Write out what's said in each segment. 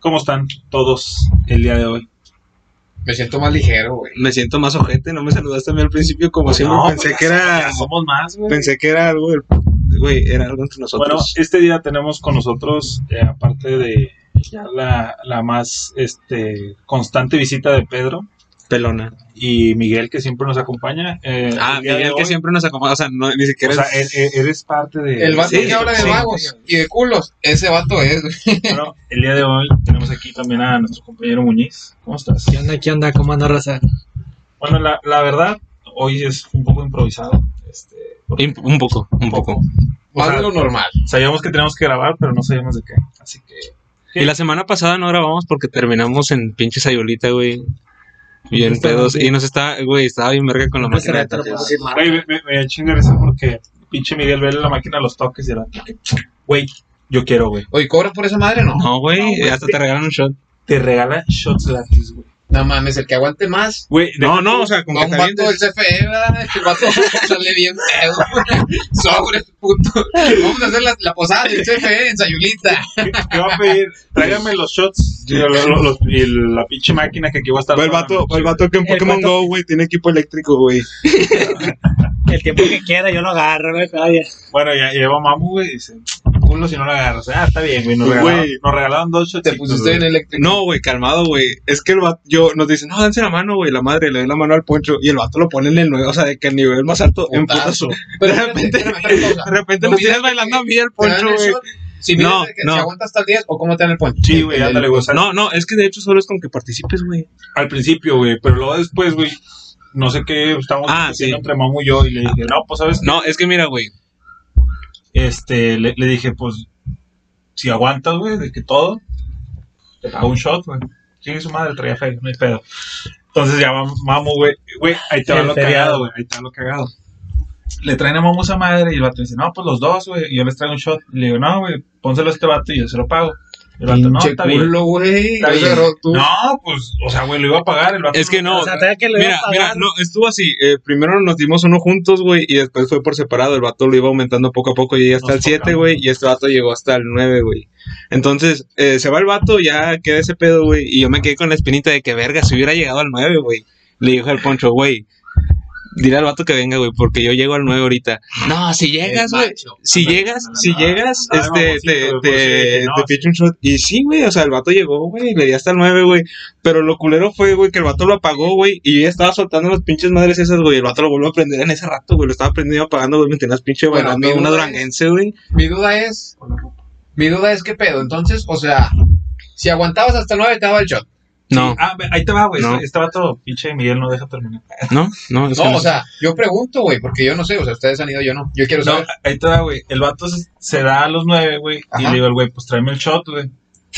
¿Cómo están todos el día de hoy? Me siento más ligero, güey. Me siento más ojete, no me saludaste a mí al principio como siempre. No, pensé pues, que era ya Somos más, güey. Ah, pensé que era algo del güey, era algo entre Bueno, nosotros. este día tenemos con nosotros, eh, aparte de ya la, la más este, constante visita de Pedro pelona. y Miguel, que siempre nos acompaña. eh, Ah, el día de Miguel que hoy. siempre nos acompaña, o sea, no, ni O siquiera sea, es- e- e- eres parte de. El vato Sí, que habla de sí. vagos y de culos, ese vato es, güey. Bueno, el día de hoy tenemos aquí también a nuestro compañero Muñiz. ¿Cómo estás? ¿Qué onda? ¿Qué onda? ¿Cómo anda raza? Bueno, la, la verdad, hoy es un poco improvisado. Este, porque- Imp- un poco, un poco. O Más sea, de lo normal. Sabíamos que teníamos que grabar, pero no sabíamos de qué. Así que. ¿Qué? Y la semana pasada no grabamos porque terminamos en pinche sayolita, güey. Bien Justamente. pedos. Y nos está, güey, estaba bien verga con la Pues, máquina de te lo puedo tacos. decir, Marco. Güey, me, me, me chinga risa porque pinche Miguel ve la máquina de los toques y era. Güey, yo quiero, güey. Oye, ¿cobras por esa madre o no? No, güey, No, güey, hasta sí. te regalan un shot. Te regala shots gratis, güey. No mames, el que aguante más. Güey, No, no, o sea, con Con que un te vato del avientes. CFE, ¿verdad? El vato sale bien pedo. güey. Sobre, puto. Vamos a hacer la, la posada del CFE en Sayulita. ¿qué, qué va a pedir? Tráigame los shots y, lo- lo- los- y la pinche máquina que aquí va a estar. Va el toda la vato, va noche, el vato que en El Pokémon vato- Go, güey, tiene equipo eléctrico, güey. El tiempo que quiera, yo lo agarro, güey. Ay, güey. Bueno, ya lleva mamu, güey. y Dice, culo si no lo agarras. Ah, está bien, güey. Nos, Güey. regalaron, nos regalaron dos shots. Te pusiste en eléctrico. No, güey, calmado, güey. Es que el vato, yo, nos dicen, no, dense la mano, güey, la madre, le doy la mano al poncho. Y el vato lo pone en el 9, o sea, de que el nivel más alto, en Putazo. putazo. Pero de espérate, repente- espérame, espérame, De espérame. repente No lo olvides tienes bailando a mí el ¿Te dan poncho, el güey. shot? Si miras No, que no. si aguanta hasta el 10 o cómo te dan el poncho. Sí, güey, ándale, güey. o sea, No, no, es que de hecho solo es con que participes, güey. al principio, güey, pero luego después, güey, no sé qué, estábamos Ah, discutiendo sí. entre Mamu y yo, y le dije, no, pues, ¿sabes? No, es que mira, güey. Este, le, le dije, pues, si aguantas, güey, de que todo, te pago un shot, güey. Sigue su madre, traía fe, no hay pedo. Entonces ya va Mamu, güey, güey, ahí te va El lo feriado. cagado, güey, ahí te va lo cagado. Le traen a Mamu esa madre y el vato dice, no, pues los dos, güey, y yo les traigo un shot. Y le digo, no, güey, pónselo a este vato y yo se lo pago. Y El vato, no, Pinche está bien. culo, güey. Está Ahí bien. agarró tú. No, pues, o sea, güey, lo iba a pagar. El vato Es que no, eh, o sea, todavía que lo iba Mira, a pagar. mira, no, estuvo así. eh, primero nos dimos uno juntos, güey, y después fue por separado. El vato lo iba aumentando poco a poco. Llegué hasta Nos el 7, tocamos. güey, y este vato llegó hasta el 9, güey. Entonces, eh, se va el vato, ya queda ese pedo, güey, y yo me quedé con la espinita de que, verga, si hubiera llegado al 9, güey. Le dije al poncho, güey, dile al vato que venga, güey, porque yo llego al 9 ahorita. No, si llegas, El güey. macho. Si Ándale, llegas, ándale, si ándale. llegas, Ándale, este, mamoncito, te, güey, por eso yo te, dije, no, te sí. picho un shot. Y sí, güey, o sea, el vato llegó, güey, le di hasta el 9, güey. Pero lo culero fue, güey, que el vato lo apagó, güey, y yo ya estaba soltando las pinches madres esas, güey. El vato lo volvió a prender en ese rato, güey, lo estaba prendiendo y apagando, güey, me tenías pinche Bueno, bailando mi una duda duranguense, güey. Mi duda es, mi duda es qué pedo. Entonces, o sea, si aguantabas hasta 9 te daba el shot. No, Ah, ve, ahí te va, güey. No. Estaba todo pinche Miguel, no deja terminar. no, no, es que No, no. o sea, yo pregunto, güey, porque yo no sé, o sea, ustedes han ido, yo no. Yo quiero No, saber. ahí te va, güey. El vato se, se da a los nueve, güey. Y Ajá. le digo al güey, pues tráeme el shot, güey.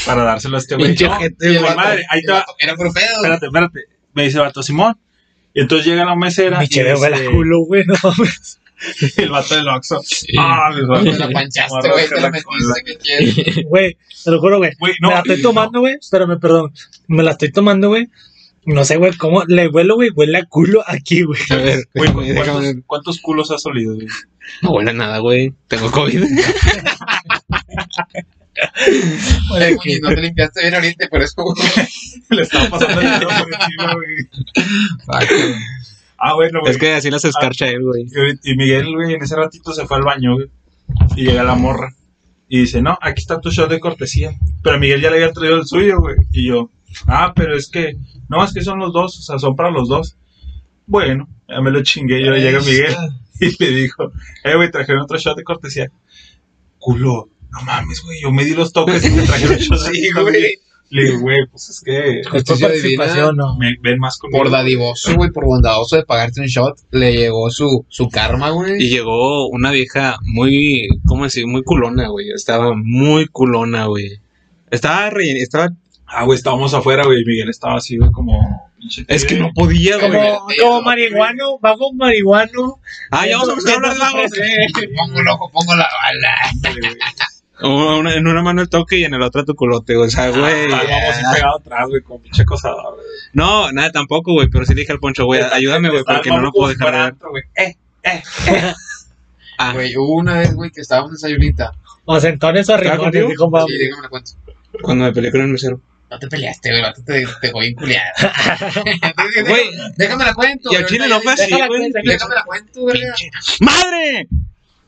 Para dárselo a este güey. Pinche No, gente, Y el güey. güey, madre, ahí el te va. vato, Era por pedo. espérate, espérate. Me dice el vato Simón. Y entonces llega la mesera. Mi y chévere, dice, güey, este, la culo, güey, no mames. el vato del Oxxo. Ah, mi Te vato. la panchaste, Morro, güey, que la te la metiste, ¿qué quieres? Güey, te lo juro, güey. Güey, me la estoy tomando, güey. Espérame, perdón. Me la estoy tomando, güey. No sé, güey, cómo le huelo, güey. Huele a culo aquí, güey. A ver, Güey, güey, ¿cuántos, déjame ver. cuántos culos has olido, güey? No huele a nada, güey. Tengo COVID. Oye, güey, No te limpiaste bien ahorita, por eso. güey. Le estaba pasando el dedo por encima, güey. Ah, bueno, güey. es que así las escarcha él, güey. Y ahorita- Y Miguel, güey, en ese ratito se fue al baño, güey. Y llega la morra. Y dice, no, aquí está tu shot de cortesía. Pero Miguel ya le había traído el suyo, güey. Y yo, ah, pero es que, no, es que son los dos, o sea, son para los dos. Bueno, ya me lo chingué. Y ahora llega Miguel y le dijo, eh, güey, trajeron otro shot de cortesía. Culo, no mames, güey, yo me di los toques y me trajeron shot de Sí, cortesía. güey. Le digo, güey, pues es que Justicia divina. participación, no. me- ven más conmigo. Por dadivoso, güey, por bondadoso de pagarte un shot, le llegó su, su karma, Y güey. llegó una vieja muy, ¿cómo decir? Muy culona, güey. Estaba muy culona, güey. Estaba rellen... estaba... Ah, güey, estábamos afuera, güey. y Miguel estaba así, güey, como... pinche Es que tigre. no podía, Como- güey. Como, como marihuano, vago marihuano. Ah, ya vamos a empezar a hablar de vagos. Pongo el ojo, pongo la bala. Ándale, güey. O una- en una mano el toque y en el otra tu culote, güey. O sea, güey. Ah, vamos a ir pegado atrás, güey, con pinche cosada, güey. No, nada, tampoco, güey. Pero sí le dije al poncho, güey, ayúdame, güey, porque no lo puedo dejar de ver. Eh, Ah, Güey, hubo una vez, güey, que estábamos en Sayulita. O sentones o ¿Estaba rimones, contigo? dijo mamá. Sí, déjame la cuenta. cuando me peleé con el mesero. No te peleaste, güey. el vato Te, te voy enculeado. Güey, Güey. déjame la cuento. Y al güey, chile ahorita ya no dice, fue así, Déjala, güey. cuenta, Déjame la cuento, güey. ¡Madre!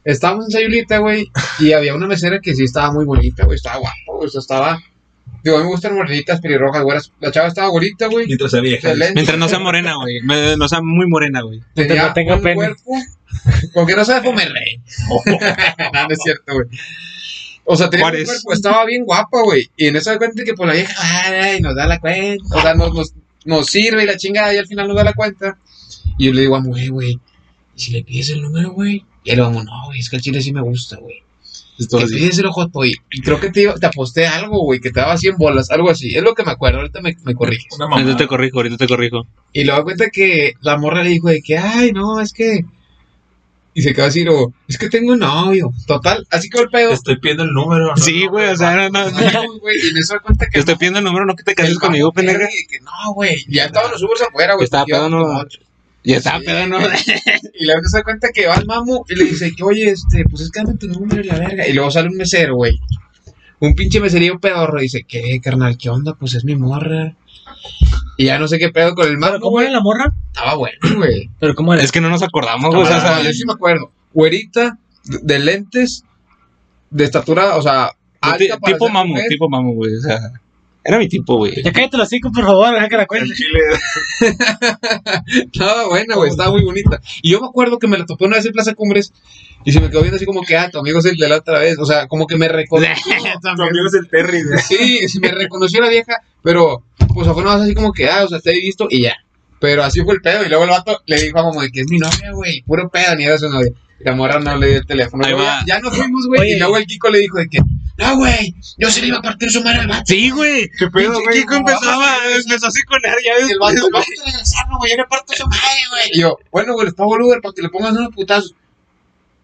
Estábamos en Sayulita, güey. Y había una mesera que sí estaba muy bonita, güey. Estaba guapo, güey. o sea, estaba. Digo, a mí me gustan morenitas, pelirrojas, güeras. La chava estaba bonita, güey. Mientras se vieja. Excelente. Mientras no sea morena, güey. Me- No sea muy morena, güey. Tenía no tenga un pene. cuerpo. Porque no sabe comer rey. no, no es cierto, güey. O sea, tenía un Juárez. cuerpo, estaba bien guapa, güey. Y en eso de cuenta que pues la vieja, ay, nos da la cuenta. O sea, nos, nos, nos sirve y la chingada y al final nos da la cuenta. Y yo le digo a güey, güey, ¿y si le pides el número, güey? Y él, vamos, no, güey, es que el chile sí me gusta, güey. Esto Que así. pides el ojo, güey. Y creo que te, iba- te aposté algo, güey, que te daba 100 bolas, algo así. Es lo que me acuerdo, ahorita me, me corriges. Una mamá. Ahorita te corrijo, ahorita te corrijo. Y luego da cuenta que la morra le dijo de que, ay, no, es que... Y se quedó así, luego, es que tengo un novio. Total, así que el pedo. Este- Estoy pidiendo el número. ¿no? Sí, güey, o sea, no, no. no. No, güey, y en eso da cuenta que... Te estoy no, pidiendo el número, no que te que el cases ¿Este conmigo, vato era pendeja. de que no, güey. Ya estaban los Ubers afuera, güey. Estaba porque iban pedo, ¿no? como ocho. Ya está, Sí. pedo, ¿no? Y luego se da cuenta que va el mamu y le dice que, oye, este, pues es que dame tu número y la verga. Y luego sale un mesero, güey. Un pinche meserío pedorro. Dice, ¿qué, carnal? ¿Qué onda? Pues es mi morra. Y ya no sé qué pedo con el mamu. ¿Cómo era la morra? Estaba bueno, güey. Pero ¿cómo era? Es que no nos acordamos, güey. O sea, Ah, sabe- yo sí me acuerdo. Güerita, de, de lentes, de estatura, o sea, alta ti- para tipo ser mamu, mujer. tipo mamu, güey. O sea, era mi tipo, güey. Ya cállate los cinco, por favor, deja que la El cuente. chile. Estaba buena, güey, estaba muy bonita. Y yo me acuerdo que me la topé una vez en Plaza Cumbres y se me quedó viendo así como que, ah, tu amigo es el de la otra vez. O sea, como que me reconoció. Tu amigo es el Terry, güey. sí, sí, me reconoció la vieja, pero, pues, fue nada más así como que, ah, o sea, te he visto y ya. Pero así fue el pedo. Y luego el vato le dijo a como de que es mi novia, güey, puro pedo, ni era su novia. Y la morra no le dio el teléfono. Ahí Luego va. ya, ya nos fuimos, güey. Oye. Y luego el Kiko le dijo de que, no, güey, yo se le iba a partir su madre al vato. Sí, güey. ¿Qué pedo, güey? Kiko empezaba, empezó así con él, ya Y el vato, después, güey. vamos a regresarnos, güey, yo le parto su madre, güey. Y yo, bueno, güey, les pago el Uber para que le pongan unos putazos.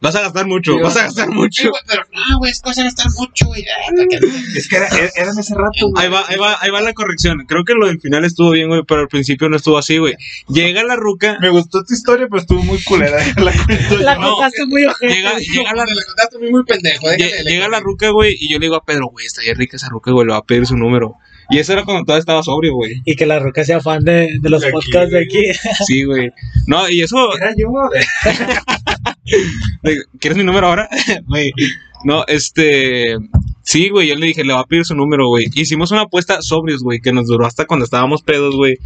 Vas a gastar mucho, Sí, vas a va. gastar Sí, mucho. güey, pero no, güey, es cosa de gastar mucho, güey. Ah, hasta que- Es que era, era- era en ese rato, güey. Ahí va, ahí va, ahí va la corrección. Creo que lo del final estuvo bien, güey, pero al principio no estuvo así, güey. Llega la ruca, Me gustó tu historia, pero estuvo muy culera. La cuento La yo. contaste muy ojete. llega, llega la Me la contaste a mí muy pendejo, Lle- déjale, le- llega la ruca, güey, y yo le digo a Pedro, güey, está bien rica esa ruca, güey, le va a pedir su número. Y eso era cuando todavía estaba sobrio, güey. Y que la roca sea fan de, de los De aquí, podcasts de aquí. Sí, güey. No, y eso, Era yo, güey. de- ¿quieres mi número ahora? Güey. No, este. Sí, güey, yo le dije, le va a pedir su número, güey. Hicimos una apuesta sobrios, güey, que nos duró hasta cuando estábamos pedos, güey.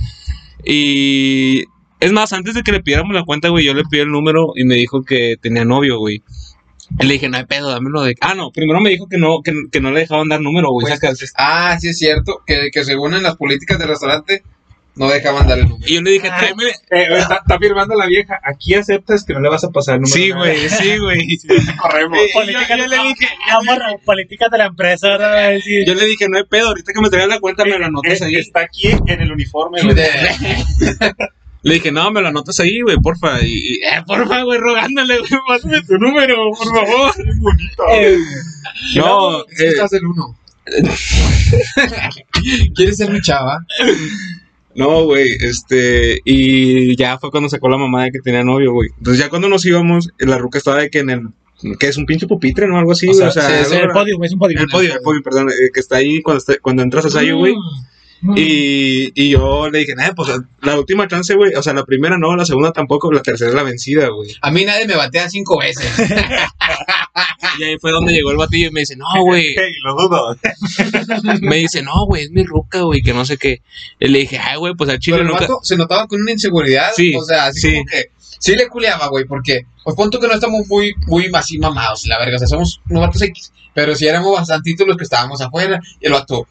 Y. Es más, antes de que le pidiéramos la cuenta, güey, yo le pedí el número y me dijo que tenía novio, güey. Y le dije, no hay pedo, dámelo de. Ah, no, primero me dijo que no, que, que no le dejaban dar número, Pues güey. sacas. Ah, sí es cierto, que, que según en las políticas del restaurante no dejaban dar el número. Y yo le dije, Ah. tráeme, Eh, está, está firmando la vieja. Aquí aceptas que no le vas a pasar el número. Sí, de nada. güey, sí, güey. Corremos. Eh, yo, Política yo de- le dije, La morra, política de la empresa, ahora va a decir. yo le dije, no hay pedo, ahorita que me traigas la cuenta me lo anotas Eh, ahí. Está aquí en el uniforme, güey. De- Le dije, no, me lo anotas ahí, güey, porfa. Y, y, eh, porfa, güey, rogándole, güey, pásame tu número, por favor. Eh, No, Es que eh, estás el uno. ¿Quieres ser mi chava? no, güey, este, y ya fue cuando sacó la mamá de que tenía novio, güey. Entonces ya cuando nos íbamos, la ruca estaba de que en el, que es un pinche pupitre, ¿no? Algo así, O güey, sea, o sea, sí, algo- sí, el podio, es un podio. el podio, el podio, perdón, eh, que está ahí cuando, está- cuando entras a Sayo, güey. Mm, Y, y yo le dije, nada, pues la última chance, güey. O sea, la primera no, la segunda tampoco, la tercera es la vencida, güey. A mí nadie me batea cinco veces. Y ahí fue donde llegó el batillo y me dice, no, güey. Ey, lo dudo. Me dice, no, güey, es mi ruca, güey, que no sé qué. Y le dije, ay, güey, pues al Pero chile el nunca. vato se notaba con una inseguridad. Sí, o sea, así sí. como que sí le culeaba, güey, porque pues pon tú que no estamos muy, muy así mamados, la verga. O sea, somos unos vatos X. Pero sí éramos bastantitos los que estábamos afuera. Y el vato,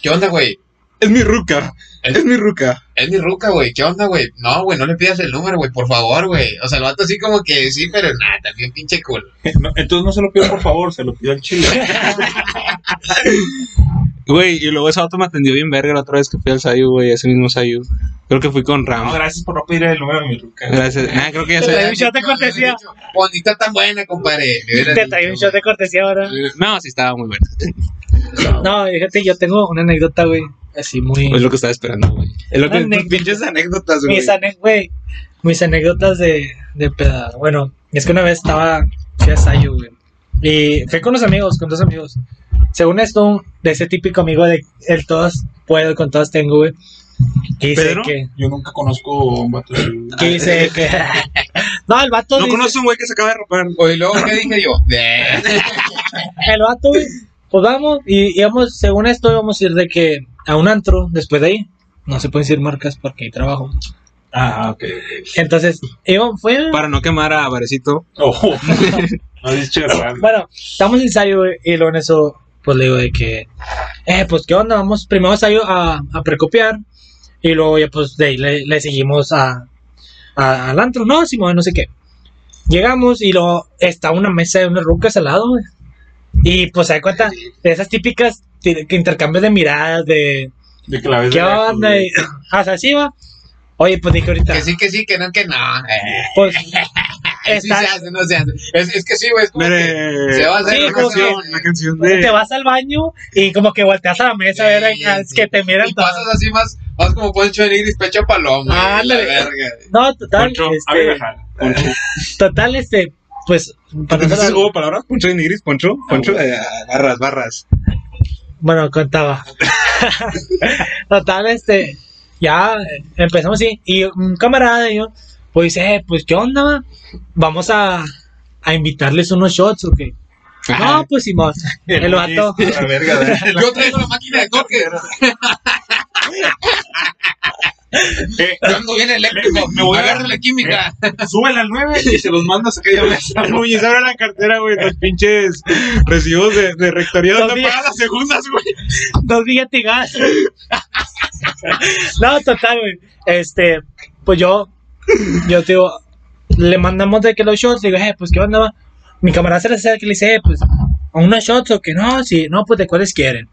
¿qué onda, güey? Es mi ruca, Es- mi ruca. Es mi ruca, güey. ¿Qué onda, güey? No, güey, no le pidas el número, güey, por favor, güey. O sea, el vato así como que sí, pero nada, también pinche cool. No, entonces no se lo pido, por favor, se lo pido al chile. Güey, y luego ese vato me atendió bien verga la otra vez que fui al Sayu, güey, ese mismo Sayu. Creo que fui con No, Ram. gracias por no pedir el número de mi ruca. Gracias. Nah, creo que ya Te se. trae un shot de cortesía. Bonita tan buena, compadre. Le hubieras Te trae un dicho, shot de cortesía ahora. No, sí estaba muy bueno. No, fíjate, yo tengo una anécdota, güey. Así muy. Es lo que estaba esperando, güey. Es lo que Ande. tus pinches anécdotas, güey. mis, ane- güey, mis anécdotas de, de peda. Bueno, es que una vez estaba, fui a Sayo, güey. Y fui con unos amigos, con dos amigos. Según esto, de ese típico amigo de el todos puedo, con todas tengo, güey. Que dice ¿Pedro? que. Yo nunca conozco a un vato así. güey. Que dice que. No, el vato. No dice- conoce un güey que se acaba de rapar. Oye, luego, ¿qué dije yo? De- El vato, güey. Pues vamos, y íbamos, según esto, íbamos a ir de que a un antro después de ahí. No se pueden decir marcas porque hay trabajo. Ah, ok. Entonces, íbamos, fue. Para no quemar a Varecito. Ojo. Oh, no has dicho raro. Bueno, estamos en ensayo, güey, y luego en eso, pues le digo de que, eh, pues qué onda, vamos primero a ensayo a, a precopiar, y luego ya pues de ahí le, le seguimos a, a- al antro, no, Simón, no sé qué. Llegamos y luego está una mesa de unas rucas al lado, güey. Y pues se da cuenta de esas típicas ti- que intercambios de miradas, de De que la ves qué de lejos, onda, güey. y hasta así va. Oye, pues dije ahorita, Que sí, que sí, que no, que no. Eh, pues sí está, se hace, no se hace. Es, es que sí, güey. es como que Mire, Se va a hacer Sí, una como que- canción, la canción te de. vas al baño y como que volteas a la mesa, a ver, Sí, ah, es sí. que te miran Y todos. pasas así más, más como Poncho de Nigris, pecho a paloma. Ah, la ándale. verga. No, total, Poncho, este, A ver, dejar. total, este, pues, para ¿Entonces nosotros- hubo palabras? Poncho de Nigris, Poncho. Poncho, eh, barras, barras. bueno, contaba. total, este, ya eh, empezamos así, y un camarada de yo, pues, dice, eh, pues, ¿qué onda? va? Vamos a, a invitarles unos shots, ¿o qué? No, pues, Simón, el vato, La verga, de- Yo traigo la máquina de corte. Eh, Yo ando bien eléctrico. Me voy a- Agarra la química. Sube la 9 y se los mandas a aquella mesa. El Muñiz abre la cartera, güey. Los pinches recibos de, de rectoría. Los ¿Dónde días. pagan las segundas, güey? dos billetes No, total, güey, este, pues yo, yo te digo, le mandamos de que los shots, digo, eh, pues, ¿qué onda? va? Mi camarada se le acerca y le dice, eh, pues, a unos shots o que no, sí, no, pues, ¿de cuáles quieren?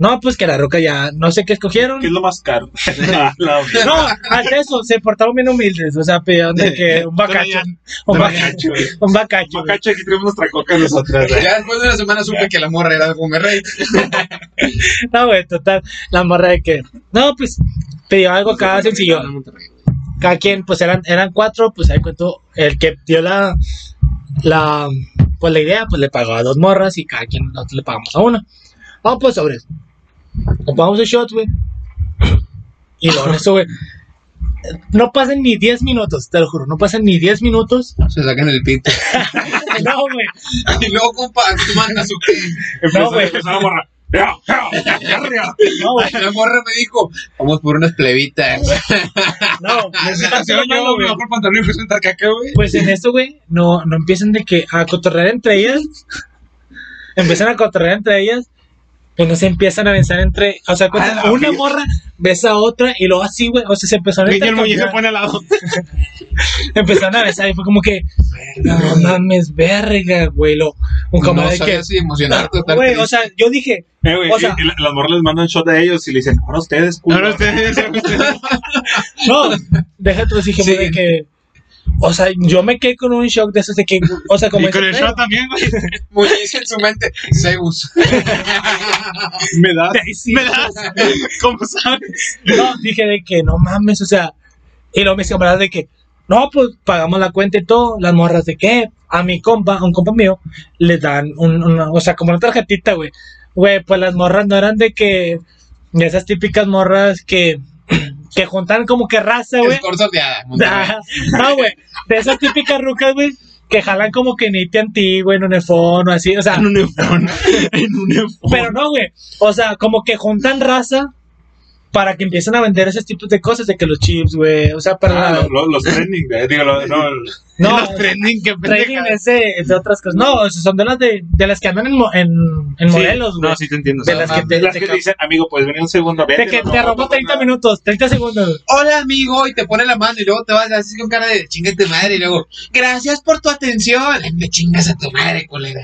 No, pues, que la roca ya, no sé qué escogieron. ¿Qué es lo más caro? Ah, la verga. No, ante eso, se portaron bien humildes, o sea, pidieron de que un bacacho, un bacacho, güey. un bacacho. Yo güey. cacho aquí tenemos nuestra coca nosotras. güey. Ya después de una semana supe que la morra era de Bumerrey. No, güey, total, la morra de que, no, pues, pidió algo cada sencillo. Cada quien, pues, eran, eran cuatro, pues, ahí cuento, el que dio la, la, pues, la idea, pues, le pagó a dos morras y cada quien, nosotros le pagamos a una. Vamos, pues, sobres. Nos pagamos el shot, güey. Y luego en eso, güey. No pasan ni 10 minutos, te lo juro, no pasan ni 10 minutos. Se sacan el pito. No, güey. Y luego, compa, tú mandas su qué. Empezó- güey. empezó la morra. Ya, ya, ya, arriba. No, güey. La morra me dijo, vamos por unas plebitas. No, Les está hace haciendo yo, malo, güey. güey. Por pantalón y fue sentar caca, güey. Pues en esto, güey, no, no empiezan de que a cotorrear entre ellas. empiezan a cotorrear entre ellas. Pues no se empiezan a besar entre. O sea, cuenta, Ah, A la una vida. morra besa a otra y luego así, güey. O sea, se empezaron a Y el Muñiz se intercambiar. pone al lado. Empezaron a besar y fue como que. No mames, verga, güey. Lo, No un camarada de que. sabía si emocionarte o estar Güey, o triste. sea, yo dije. Eh, güey, O sea- y- y la- las morras les mandan shot a ellos y le dicen, ahora ustedes, culo. Ahora ustedes. ustedes- No, deja tú, dije, Sí. güey, de que. O sea, yo me quedé con un shock de esos de que. O sea, como. Y con el dice, shot también, güey. Muy dice en su mente, Zeus. Me das. "Ay, sí". Me das. ¿Cómo sabes? No, dije de que no mames, o sea. Y luego mis camaradas de que, no, pues pagamos la cuenta y todo. Las morras de que a mi compa, a un compa mío, les dan un, una- o sea, como una tarjetita, güey. Güey, pues las morras no eran de que, de esas típicas morras que, que juntan como que raza, güey. Es corsoteada. Monterrey. Ah, No, güey, de esas típicas rucas, güey, que jalan como que ni te antiguo en un o así, o sea. En un iPhone. En un iPhone. Pero no, güey. O sea, como que juntan raza para que empiecen a vender esos tipos de cosas, de que los chips, güey. O sea, para. Ah, la- los, los, los trending, eh, digo, los- no, los- no, Los trending, qué trading pendeja. es de, es de otras cosas. No, o sea, son de las de, de las que andan en, mo- en, en modelos, Sí, güey. No, sí te entiendo. de sí. las que te, las te que ca- dicen, amigo, puedes venir un segundo, de vete. que no, te no, robó no, 30 no. minutos, 30 segundos. Hola, amigo. Y te pone la mano y luego te vas así con cara de chinga tu madre. Y luego, gracias por tu atención. Ay, Me chingas a tu madre, colega.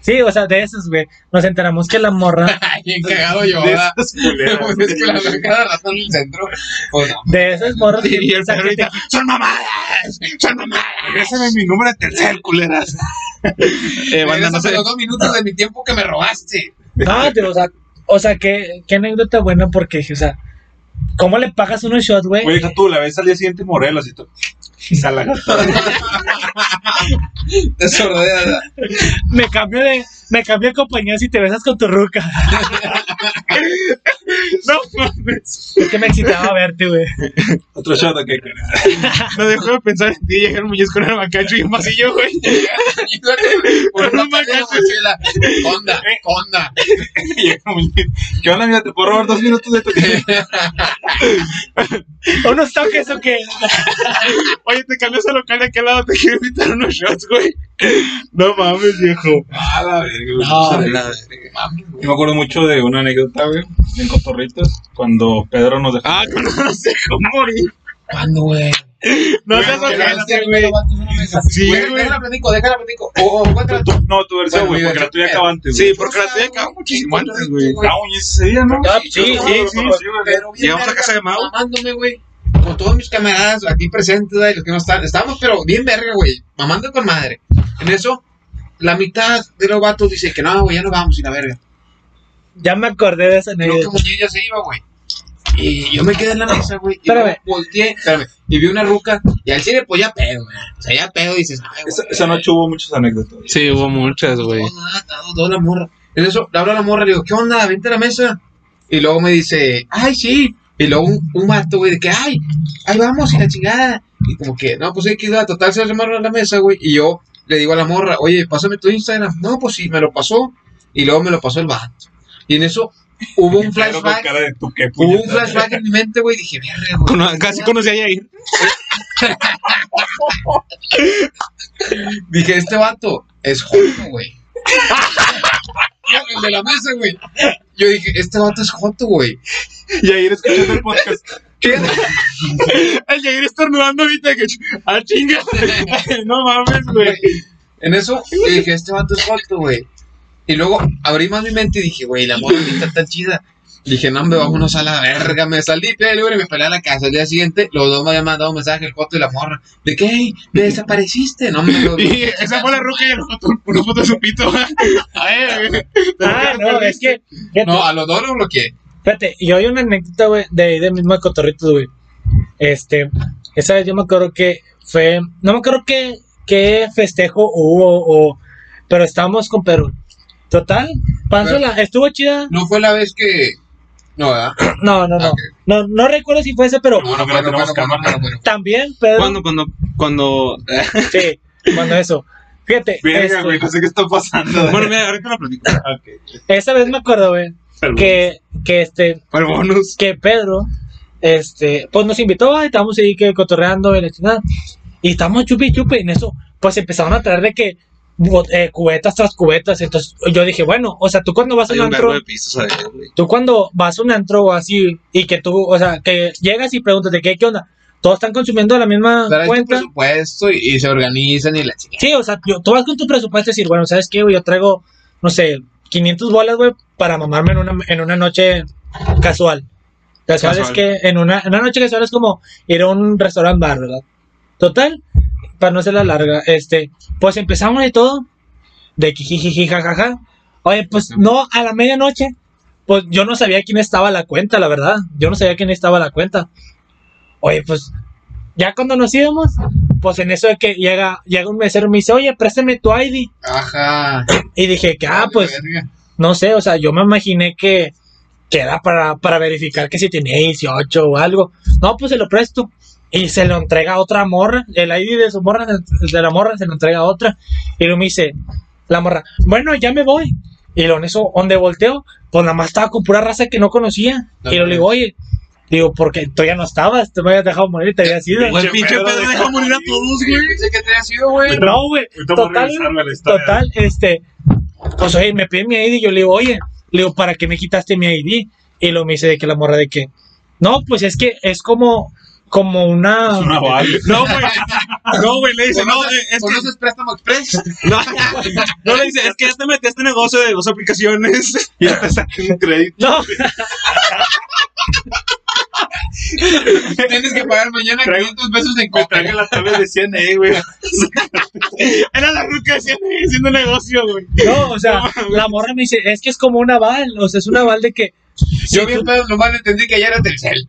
Sí, o sea, de esos, güey. Nos enteramos que la morra, Ay, bien cagado yo, De ¿verdad? esas culeras. Es que la veo cada rato en el centro. pues, O Eh, no. de esas morras. que Y el piensan perro que te- ahorita, son mamadas, son mamadas. Regrésame mi número de tercer, culeras. Eh, banda, no Regrésame sé. los dos minutos de mi tiempo que me robaste. No, tío, o sea, o sea, qué, qué anécdota buena, porque, o sea, ¿cómo le pagas unos shots, güey? Güey, deja tú, la ves al día siguiente en Morelos y tú. Quizá la Te sordeada. Me cambio de, me cambio de compañía si te besas con tu ruca. No, mames. Es que me excitaba verte, güey. Otro shot, ok, cara. No dejó de pensar en ti y el Muñoz con el bacacho y un pasillo, güey. Por No una parte de la mochila. Conda, conda. Y el Muñiz, ¿Qué onda, mira? ¿Te puedo robar dos minutos de tu tiempo? ¿Unos toques o qué? Oye, te cambias el local de aquel lado, te quiero invitar unos shots, güey. No mames, viejo. A la verga, güey. No, Sabe, Yo me acuerdo mucho de una anécdota, güey, en Cotorritos, cuando Pedro nos dejó. Ah, cuando no se dejó morir. ¿Cuándo, güey? No se Bueno, que la hostia, dejó güey, lo bato en una mesa. Sí, Güey, güey. Déjala platico, déjala platico. Oh, O o cuéntala tú. Tú- no, tu versión, Bueno, güey, porque mi la versión, tuya eh. acaba antes, Sí, güey. porque la tuya acaba muchísimo antes, güey. Ah, Muñiz, ese día, ¿no? Ah, sí, yo sí, lo sí. conocí, güey. Pero bien Llegamos a verga, casa de Mau. Mamándome, güey. Con todos mis camaradas aquí presentes, güey, los que no están. Estábamos, pero bien verga, güey. Mamando con madre. En eso, la mitad de los vatos dice que no, güey, ya no vamos, y la verga. Ya me acordé de esa Creo que anécdota. Muñiz ya se iba, güey. Y yo me quedé en la mesa, güey. Y Espérame. luego volteé, espérame. Y vi una ruca. Y al cine, pues ya pedo, güey. O sea, ya pedo, dices. ay, Esa, güey. esa noche hubo muchas anécdotas. güey. Sí, hubo muchas, güey. Todo, nada, todo, todo la morra. En eso le hablo a la morra, le digo, ¿qué onda? Vente a la mesa. Y luego me dice, ay, sí. Y luego un, un vato, güey, de que, ay, ahí vamos y la chingada. Y como que, no, pues hay que ir a total, se llamaron a la mesa, güey. Y yo le digo a la morra, oye, pásame tu Instagram. No, pues sí, me lo pasó. Y luego me lo pasó el vato. Y en eso hubo un Pedro con flashback. cara de tú, qué Hubo puñetas. un flashback en mi mente, güey. Dije, verga, güey. Cono- casi conocí a Yair. Dije, este vato es joto, güey. el de la mesa, güey. Yo dije, este vato es joto, güey. Yair escuchando el podcast. El Yair estornudando ahorita que. ¡Ah, chinga! No mames, güey. En eso yo dije, este vato es joto, güey. Y luego abrí más mi mente y dije, güey, la moda está tan chida. Dije, no, hombre, vámonos a la verga. Me salí, pegué el Uber y me pelé a la casa. El día siguiente, los dos me habían mandado un mensaje, el joto y la morra. De que, hey, me desapareciste. No, hombre, los- Y esa fue la roca y el foto, una foto de su pito. Ay, güey. Ah, no, es que. fíjate, no, a los dos lo bloqueé. Fíjate, y hay una anécdota, güey, de ahí del mismo de Cotorritos, güey. Este, esa vez yo me acuerdo que fue, no me acuerdo qué, qué festejo hubo, o, pero estábamos con Perú. Total, pasó la, estuvo chida. No fue la vez que. No, ¿verdad? No, no, no. Ok. No, no recuerdo si fue ese, pero Bueno, que la tenemos cámara. bueno. también, Pedro. Cuando, cuando, cuando. Sí, cuando eso. Fíjate, Verga, este, güey, no sé qué está pasando. Bueno, mira, ahorita la platico. Ok. esa vez me acuerdo, güey, que, que este, El bonus. que Pedro, este, pues nos invitó, y estábamos ahí que cotorreando y la chingada. Y estábamos chupi chupi, y en eso, pues empezaron a traer de que bo- eh, cubetas tras cubetas. Entonces yo dije, bueno, o sea, tú cuando vas a Hay un un verbo de antro, pisos ahí, güey. tú cuando vas a un antro o así, y que tú, o sea, que llegas y preguntas de qué, qué onda, todos están consumiendo la misma Pero hay un cuenta. presupuesto y, y se organizan y la chica. Sí, o sea, yo- tú vas con tu presupuesto y decir, bueno, ¿sabes qué, güey? Yo traigo, no sé, 500 bolas, güey, para mamarme en una, en una noche casual. Casual, es Casual. que, en una, en una noche casual es como ir a un restaurante bar, ¿verdad? Total, para no hacer la larga, este, pues empezamos y todo, de que jijiji, jajaja. Oye, pues no, a la medianoche, pues yo no sabía quién estaba a la cuenta, la verdad. Yo no sabía quién estaba a la cuenta. Oye, pues ya cuando nos íbamos, pues en eso de que llega, llega un mesero y me dice, oye, préstame tu ID. Ajá. Y dije que, ah, Vale, pues, verga. no sé, o sea, yo me imaginé que, que era para, para verificar que si tenía 18 o algo. No, pues se lo presto. Y se lo entrega a otra morra, el ID de su morra, el de la morra, se lo entrega a otra. Y luego me dice, la morra, bueno, ya me voy. Y lo en eso, donde volteo, pues nada más estaba con pura raza que no conocía. No y lo mames. digo, oye, digo, porque tú ya no estabas, te me habías dejado morir, te habías ido. Güey, pinche Pedro Pedro dejó dejó morir a morir, todos, Sí, güey. Pensé que te había sido, güey. No, güey, Ahorita vamos a total, revisarlo a la historia. total, este, pues oye, me pide mi ID, yo le digo, oye, le digo, ¿para qué me quitaste mi ID? Y lo me dice de que la morra de que, no, pues es que es como, como una, Es una bala. No, güey. No, güey, le dice, no, eh, ¿Conoces, es que. ¿conoces Préstamo Express? No, no le dice, es que ya te metí a este negocio de dos aplicaciones. Ya te saqué un crédito. no, Tienes que pagar mañana Traigo- 500 pesos en Me cuenta. traje la tablet de 100, eh, güey. Era la ruca haciendo, haciendo negocio, güey. no, o sea, la morra me dice, es que es como un aval, o sea, es un aval de que, Yo bien pedo, nomás le entendí que ya era Telcel.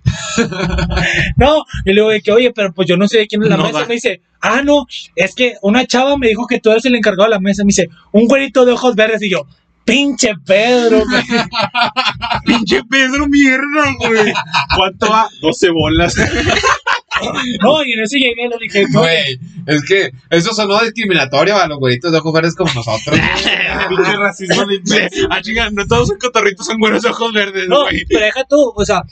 no, y luego de que, oye, pero pues yo no sé de quién es la No, mesa, va. me dice, ah, no, es que una chava me dijo que tú eres el encargado de la mesa, me dice, un güerito de ojos verdes, y yo, Pinche Pedro, güey. Pinche Pedro, mierda, güey. ¿Cuánto va? 12 bolas. No, y en eso llegué y le dije, no, Güey, es que eso sonó discriminatorio a los güeritos de ojos verdes como nosotros. Pinche racismo de imbécil. ah, chinga, no todos los cotorritos son güeros de ojos verdes, No, güey. pero deja tú, o sea,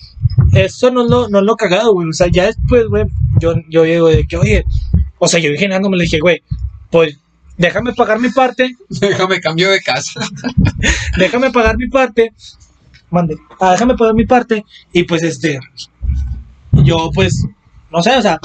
eso no es lo, no es lo cagado, güey. O sea, ya después, güey, yo, yo llego de que, oye, o sea, yo ingenierándome me le dije, güey, pues déjame pagar mi parte, Déjame cambio de casa. déjame pagar mi parte, mande, ah, déjame pagar mi parte, y pues este, yo pues, no sé, o sea,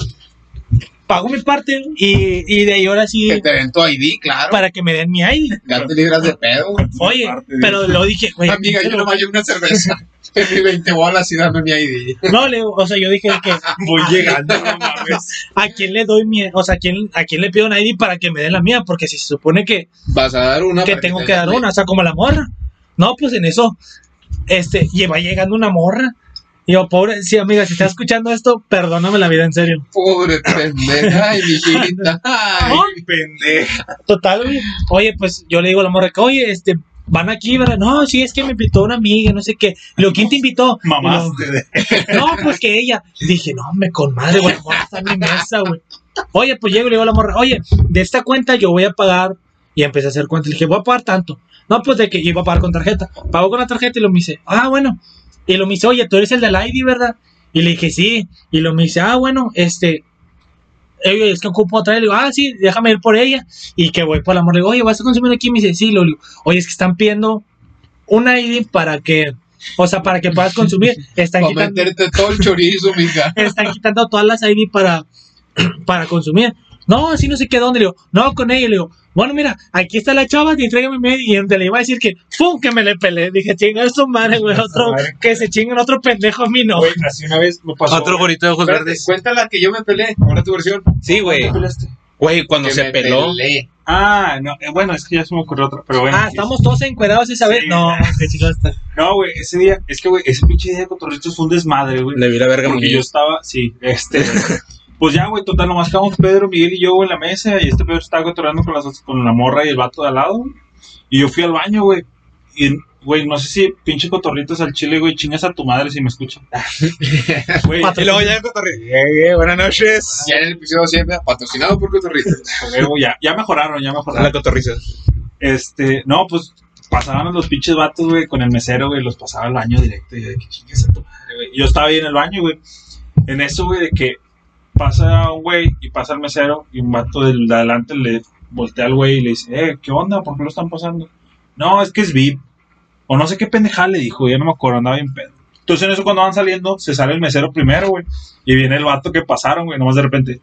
pago mi parte y, y de ahí ahora sí, Que te den tu ID, claro. para que me den mi ID. Ya te libras de pedo. güey. Oye, pero luego dije, güey, Amiga, yo díselo, nomás llevo una cerveza. En mi 20 bolas y dame mi ID. no, le, digo, o sea, yo dije que Voy llegando, no mames. ¿A quién le doy mi, o sea, ¿a quién, a quién le pido una ID para que me den la mía? Porque si se supone que, Vas a dar una. que Ah, para tengo te que den dar la- una, o sea, como la morra. No, pues en eso, este, lleva llegando una morra. Y yo, pobre, sí, amiga, si estás escuchando esto, perdóname la vida, en serio. Pobre pendeja. Ay, mi hijita. Ay. Ay, pendeja. Total, güey. Oye, pues yo le digo a la morra que, oye, este, van aquí, ¿verdad? No, sí, es que me invitó una amiga, no sé qué. Y Lo, ¿quién te invitó? Y lo- Mamaste. de- No, pues que ella. Dije, no, me con madre, güey, la morra está en mi mesa, güey. Oye, pues llego y le digo a la morra, oye, de esta cuenta yo voy a pagar. Y empecé a hacer cuentas. Le dije, voy a pagar tanto. No, pues de que iba a pagar con tarjeta. Pagó con la tarjeta y lo me dice, ah, bueno. Y lo me dice, oye, tú eres el del ID, ¿verdad? Y le dije, sí. Y lo me dice, ah, bueno, este. eh, Es que ocupo otra vez. Le digo, ah, sí, déjame ir por ella. Y que voy por la morra. Le digo, oye, ¿vas a consumir aquí? Me dice, sí, lo digo, oye, es que están pidiendo una ID para que. O sea, para que puedas consumir. Están Para quitando meterte todo el chorizo, mija. están quitando todas las ID para, para consumir. No, así no sé qué dónde. Le digo, no, con ella. Le digo, bueno, mira, aquí está la chava, te tráigame mi ID. Y donde le iba a decir que, ¡pum! que me le peleé. Dije, chinga su madre, güey, otro, madre. que se chinguen otro pendejo a mí, no. Güey, así una vez me pasó. Otro gorito de ojos Espérate, verdes. Cuéntala que yo me peleé. Ahora tu versión. Sí, güey. ¿Te peleaste? Güey, cuando Que se me peló. peleé. Ah, no, eh, bueno, es que ya se me ocurrió otra, pero bueno. ah, sí. estamos todos encuerados esa vez. Sí. No, qué chingada está. No, güey, ese día, es que, güey, ese pinche día de cotorritos fue un desmadre, güey. Le vi la verga a Porque Murillo. yo estaba, sí, este. Pues ya, güey, total, nomás estábamos Pedro, Miguel y yo güey, en la mesa. Y este Pedro estaba cotorreando con, las, dos- con la morra y el vato de al lado. güey. Y yo fui al baño, güey. Y, güey, no sé si pinche cotorritos al chile, güey, chingas a tu madre si me escucha. Güey, Pato- Y luego ya el cotorrito. Eh, eh, Buenas noches. Ya en el episodio siempre patrocinado por Cotorrito. güey, ya, ya mejoraron, ya mejoraron. La cotorriza. Este, no, pues pasaban los pinches vatos, güey, con el mesero, güey, los pasaba al baño directo y yo de que chingues a tu madre, güey. Yo estaba ahí en el baño, güey. En eso, güey, de que pasa un güey y pasa el mesero y un vato del de adelante le voltea al güey y le dice, eh, ¿qué onda? ¿Por qué lo están pasando? No, es que es VIP. O no sé qué pendejada le dijo, ya no me acuerdo, andaba bien pedo. Entonces en eso cuando van saliendo, se sale el mesero primero, güey. Y viene el vato que pasaron, güey, nomás de repente.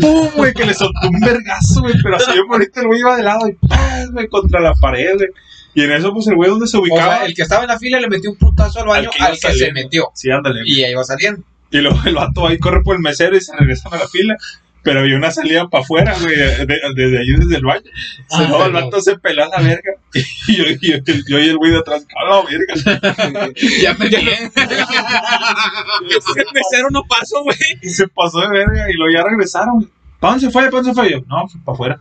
¡Pum, güey! Que le soltó un vergazo, güey. Pero así yo por ahorita el güey iba de lado y ¡pum, güey! Contra la pared, güey. Y en eso, pues el güey donde se O sea, ubicaba. el que estaba en la fila le metió un putazo al baño Al que iba al que se saliendo. metió. Sí, ándale. güey. Y ahí va saliendo. Y luego el vato ahí corre por el mesero y se regresa a la fila. Pero había una salida para afuera, güey, de- de- desde ahí, desde el baño. Ah, no, el no. vato se peló a la verga. Y yo, yo- yo y el güey de atrás, ¡a la verga! Ya me peleé. El mesero no pasó, güey. Y se pasó de verga y luego ya regresaron, güey. ¿Para dónde se fue? ¿Para dónde se fue? Y yo, no, para afuera.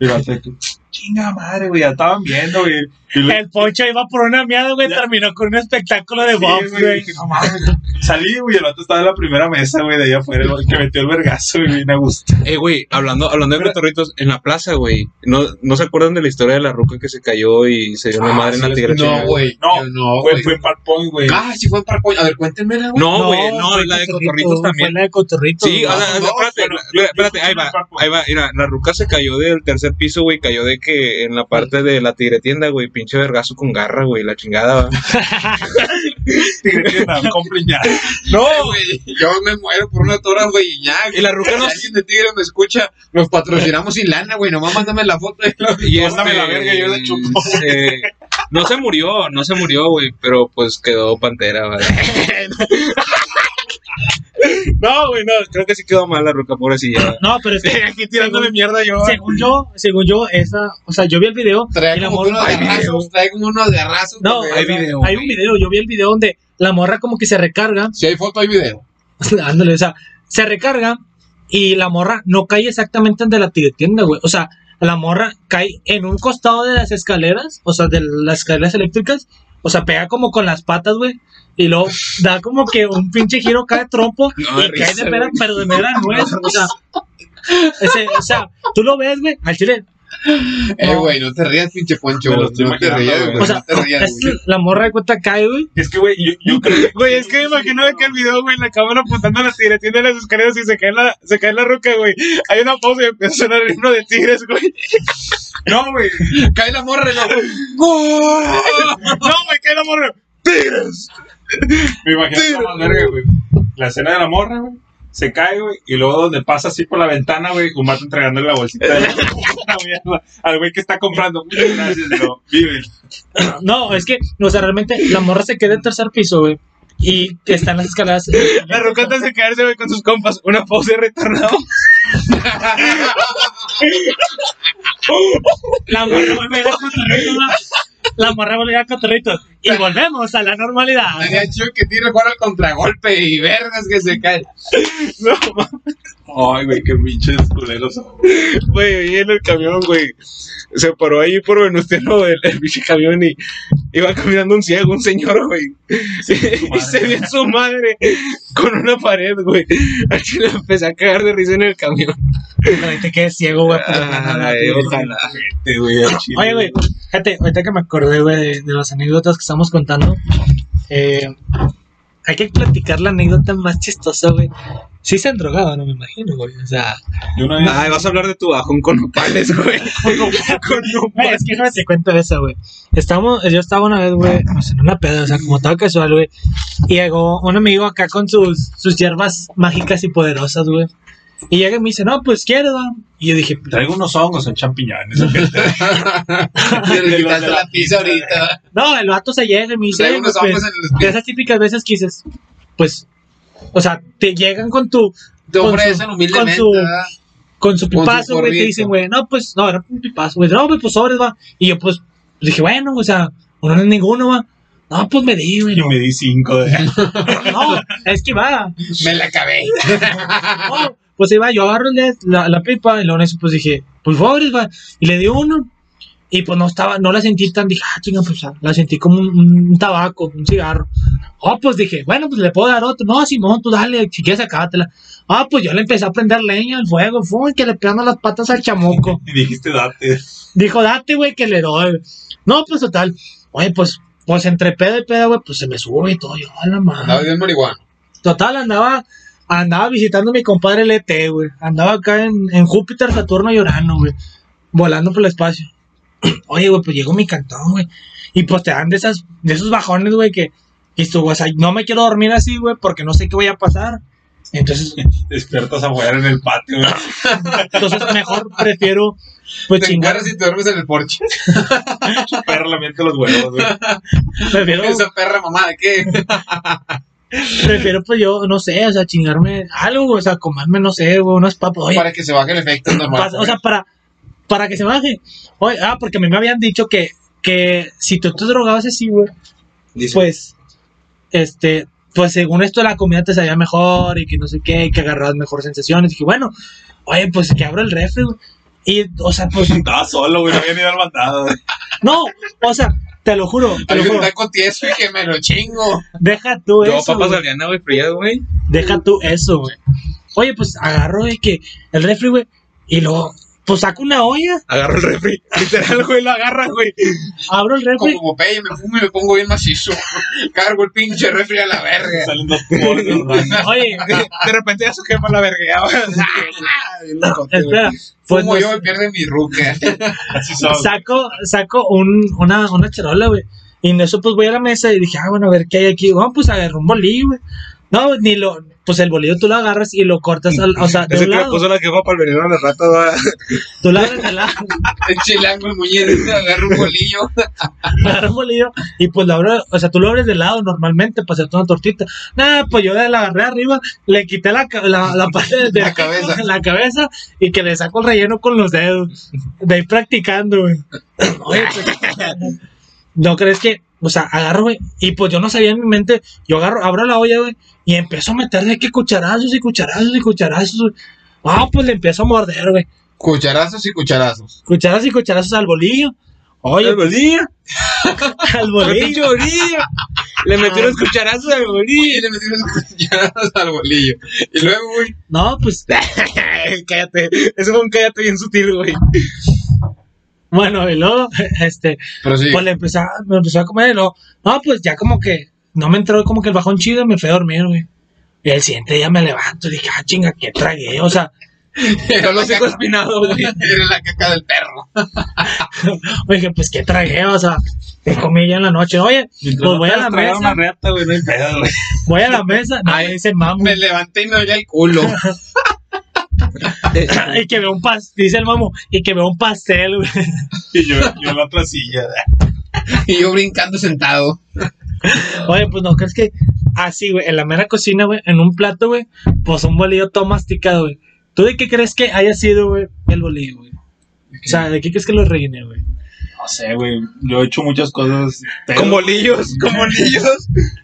Y el vato, de que, chinga madre, güey, ya estaban viendo, güey. Y luego- El poncho iba por una miada, güey, Ya. terminó con un espectáculo de Sí, box, güey, güey. dije, no mames. Salí, güey, el vato estaba en la primera mesa, güey, de allá afuera, el que metió el vergazo, güey, bien a gusto. Eh, güey, hablando, hablando de Pero- cotorritos, en la plaza, güey. ¿no, ¿No se acuerdan de la historia de la ruca que se cayó y se dio una Ah, madre en sí, la tigresa? No, güey. No, yo No, Güey, güey. fue en Parpón, güey. Ah, sí fue en Parpoy. A ver, cuéntenmela, güey. No, güey, no, fue la de Cotorrito, cotorritos fue también. la de cotorritos. Sí, güey. o sea, no, espérate, bueno, la- yo- espérate, yo ahí escuché va, el papo. ahí va, mira, la ruca se cayó del tercer piso, güey, cayó de que en la parte de la tigretienda, güey, pinche vergazo con garra, güey, la chingada. va. Tigretienda, compren ya. No, güey. Yo me muero por una tora, güey. Y ya, Y la ruca Si no- alguien de Tigre me escucha, nos patrocinamos sin lana, güey. Nomás mándame la foto. Y Mándame la verga, yo la chupo. eh, no se murió, no se murió, güey, pero pues quedó pantera, güey. No, güey, no, creo que sí quedó mal la ruca, pobrecilla. No, pero es que Aquí tirándome mierda yo. según yo, según yo, esa, o sea, yo vi el video y Trae la como morra. unos Ay, garrazos. Trae como unos garrazos. No, güey. hay, hay video, hay un video, yo vi el video donde la morra como que se recarga, Si hay foto, hay video. ándale, o sea, se recarga y la morra no cae exactamente ante la tienda, güey. O sea, la morra cae en un costado de las escaleras, o sea, de las escaleras eléctricas, o sea, pega como con las patas, güey, y luego da como que un pinche giro, cae trompo, No, y de cae risa, de mera, güey. pero de mera nuez, o sea, ese- o sea, tú lo ves, güey, al chile, Eh, No. güey, no te rías, pinche Poncho. Me lo güey, estoy no te imaginando, rías, güey. güey. o sea, no te rías, es- güey. la morra de cuenta cae, güey, Es que, güey, yo, yo creo que. Güey, es que me imagino de que el video, güey, la cámara apuntando a las tigretinas de las escaleras y se cae la, se cae la roca, güey. Hay una pausa y empieza a sonar el himno de tigres, güey. No, güey. Cae la morra, no. No, güey, cae la morra. Me imagino que está más verga, güey. La escena de la morra, güey. Se cae, güey. Y luego donde pasa así por la ventana, güey, un vato entregándole la bolsita de la la mierda al güey que está comprando. Muchas gracias, bro. Vive. no, es que, o sea, realmente, la morra se queda en tercer piso, güey, y que están las escaleras, La roca antes de caerse, güey, con sus compas. Una pausa y retornado. la morra vuelve a ir a Cotorrito, güey. la morra vuelve a ir a Cotorrito, y volvemos a la normalidad, Había chido que tira jugar al contragolpe y vergas que se cae. Ay, güey, qué pinches culeros. Güey, ahí en el camión, güey. Se paró ahí por Venustiano el, el pinche camión y iba caminando un ciego, un señor, güey. y se vio su madre con una pared, güey. Al chile empecé a cagar de risa en el camión. Ojalá te quedes ciego, güey. por la nada, Ay, güey. ojalá. Este, güey, al chile, Oye, güey, fíjate, ahorita que me acordé, güey, de, de las anécdotas que estamos contando, eh, hay que platicar la anécdota más chistosa, güey. Sí se han drogado, no me imagino, güey. O sea, Yo una vez. Ay, vas a hablar de tu bajón con nopales, güey. güey, es que no te cuento esa, güey. Estamos, yo estaba una vez, güey, o sea, en una peda, o sea, como todo casual, güey. Y llegó un amigo acá con sus, sus hierbas mágicas y poderosas, güey. Y llega y me dice, no, pues quiero, va". Y yo dije, Traigo unos hongos en champiñones. Le quitaste la pizza ahorita. no, el vato se llega y me dice, Trae unos "Pues, ojos en el de espíritu. esas típicas veces que dices, pues, o sea, te llegan con tu, Te con ofrecen humildemente. con su- ¿verdad? con su Con su pipazo, güey, te gorrito. dicen, güey, no, pues, no, era un pipazo, güey, no, güey, pues sobres, va. Y yo, pues, dije, bueno, o sea, uno no es ninguno, va. No, pues me di, güey. Y me di cinco de. No, es que va. Me la acabé. No, pues iba, yo agarro la, la, la pipa y luego en eso, pues dije, pues sobres, va. Y le di uno. Y pues no estaba, no la sentí tan, dije, ah, chinga, pues ah, la sentí como un, un tabaco, un cigarro. Oh, pues dije, bueno, pues le puedo dar otro. No, Simón, tú dale, si quieres acábatela. Ah, pues yo le empecé a prender leña al fuego, fue que le pegando las patas al chamuco. Y dijiste, date. Dijo, date, güey, que le doy. No, pues total. Oye, pues, pues entre pedo y pedo, güey, pues se me sube y todo. Yo, a la madre. Andaba bien marihuana. Total, andaba, andaba visitando a mi compadre el ET, güey. Andaba acá en, en Júpiter, Saturno y Urano, güey. Volando por el espacio. Oye, güey, pues llegó mi cantón, güey. Y pues te dan de, esas, de esos bajones, güey, que... Y tú, o sea, no me quiero dormir así, güey, porque no sé qué voy a pasar. Entonces, Despiertas afuera en el patio, güey. entonces mejor prefiero, pues, Te chingar. encuentras y te duermes en el porche. Perra lamiente los huevos, güey. Prefiero, Esa perra mamá, ¿de qué? prefiero, pues, yo, no sé, o sea, chingarme algo, güey, o sea, comerme, no sé, güey, unas papas. Oye, Para que se baje el efecto normal. Pas- o sea, para, para que se baje. Oye, ah, porque a mí me habían dicho que, que si tú te drogabas así, güey, pues, este, pues según esto la comida te sabía mejor y que no sé qué, y que agarrabas mejor sensaciones. Y que bueno, oye, pues que abro el refri, güey. Y, o sea, pues, Estaba solo, güey. No había ni ido al mandado, güey. no, o sea, te lo juro, te Hay lo un juro. taco tieso y que me lo chingo. Deja tú Yo, eso. papas güey. Galeana, güey, frías, güey. Deja tú eso, güey. Oye, pues agarro, güey, que el refri, güey, y luego, pues saco una olla, Agarro el refri. Literal, güey, lo agarra, güey. abro el refri. Como Popeye, me fumo y me pongo bien macizo. Cargo el pinche refri a la verga. Salen dos gordos, güey. Oye, De repente ya su jefa la vergueaba. espera. Pues Fumo no yo, me pierde mi ruca. Así son. saco, saco un, una, una charola, güey. Y en eso, pues voy a la mesa y dije, ah, bueno, a ver qué hay aquí. Vamos, pues agarré un bolillo, güey. No, ni lo, pues el bolillo tú lo agarras y lo cortas, al, o sea, de Ese un que le lado. puso la jefa para el veneno a las ratas, va. Tú lo agarras de lado, El chilango, el muñeco, agarro un bolillo. agarras un bolillo y pues lo abro, o sea, tú lo abres de lado normalmente para hacerte una tortita. Nada, pues yo la agarré arriba, le quité la, ca- la, la parte de, La cabeza. la cabeza y que le saco el relleno con los dedos. De ahí practicando, güey. Oye, pues, ¿No crees que? O sea, agarro, güey. Y pues yo no sabía en mi mente. Yo agarro, abro la olla, güey. Y empiezo a meter de que cucharazos y cucharazos y cucharazos, güey. Ah, pues le empiezo a morder, güey. Cucharazos y cucharazos. Cucharas y cucharazos al bolillo. Oye, pues, ¡Al bolillo! al ¡Al bolillo. pinche bolillo! Le metió unos cucharazos al Y bolillo. le metieron los cucharazos al bolillo. Y luego, güey. No, pues, cállate. Eso fue un cállate bien sutil, güey. bueno, y luego, este, Pero sí. pues le empezó, me empezó a comer y luego, no, pues ya como que, no me entró como que el bajón chido, me fui a dormir, güey. Y al siguiente día me levanto y dije, ah, chinga, que tragué, o sea, Era la, Hocico caca, espinado, güey. era la caca del perro. dije, pues que tragué, o sea, que comí ya en la noche, oye, Mientras Pues no voy te a la hayas tragado mesa. una reata, güey, no hay pedo, güey. voy a la mesa, no, me dice mamu, Me levanté y me dolía el culo. y que veo un pastel, dice el mamu, y que veo un pastel, güey. Y yo, yo en la otra silla. Y yo brincando sentado. Oye, pues no crees que así, güey, en la mera cocina, güey, en un plato, güey, pues un bolillo todo masticado, güey. ¿Tú de qué crees que haya sido, güey, el bolillo, güey? O sea, ¿de qué crees que lo rellené, güey? No sé, güey. Yo he hecho muchas cosas. pedo. Con bolillos, con bolillos.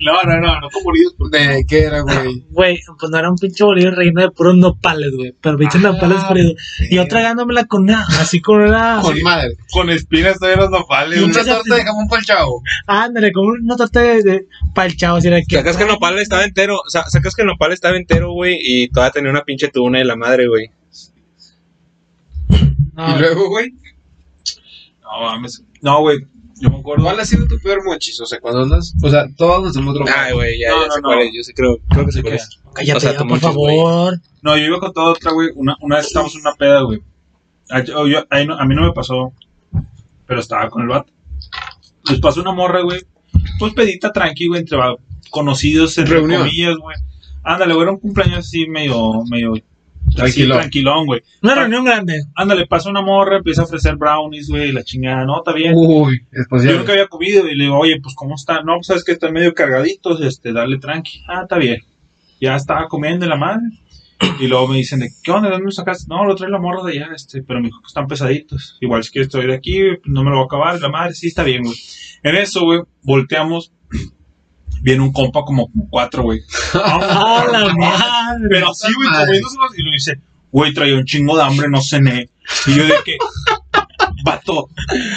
No, no, no, no con bolillos. porque- ¿De qué era, güey? Güey, pues no era un pinche bolillo relleno de puros nopales, güey, pero pinches nopales fritos. Y yo tragándomela con una, así con Ah, una... Con madre. Con espinas todavía los nopales, güey. Una torta de jamón para el chavo. Ándale, con una torta de, de pa'l chavo, así era que... Sacas que el nopal estaba entero. o sea, Sacas que el nopal estaba entero, güey. Y todavía tenía una pinche tuna de la madre, güey. No, Y luego, güey. No, mames. No, güey. Yo me acuerdo. ¿Cuál ha sido tu peor mochis? O sea, cuando andas. O sea, todos nos hemos drogado. Ay, güey, ya, No, ya no, sé no. cuál es. Yo sé, creo, creo que sé Sí, cuál que- es. cállate o sea, ya, tu por monchis, güey. favor. No, yo iba con toda otra, güey. Una, una vez estábamos en una peda, güey. A, yo- yo- ahí no- a mí no me pasó, pero estaba con el vato. Les pasó una morra, güey. Pues pedita tranqui, güey, entre va- conocidos, entre Reunión. comillas, güey. Ándale, güey, era un cumpleaños así medio, medio Tranquilón. Así, tranquilón, güey. Una Pa- reunión grande. Ándale, pasa una morra, empieza a ofrecer brownies, güey, y la chingada, no, está bien. Uy, es Yo nunca posible. había comido y le digo, oye, pues cómo está. No, pues sabes que están medio cargaditos, este, dale tranqui. Ah, está bien. Ya estaba comiendo la madre. Y luego me dicen, de, ¿qué onda? ¿De dónde lo sacaste? No, lo trae la morra de allá, este, pero me dijo que están pesaditos. Igual si quieres traer de aquí, no me lo voy a acabar. La madre, sí, está bien, güey. En eso, güey, volteamos. Viene un compa como con cuatro, güey. ¡A la madre! Pero así, güey, Madre. comiéndoselos y lo dice, güey, traía un chingo de hambre, no cené. Y yo de que, vato,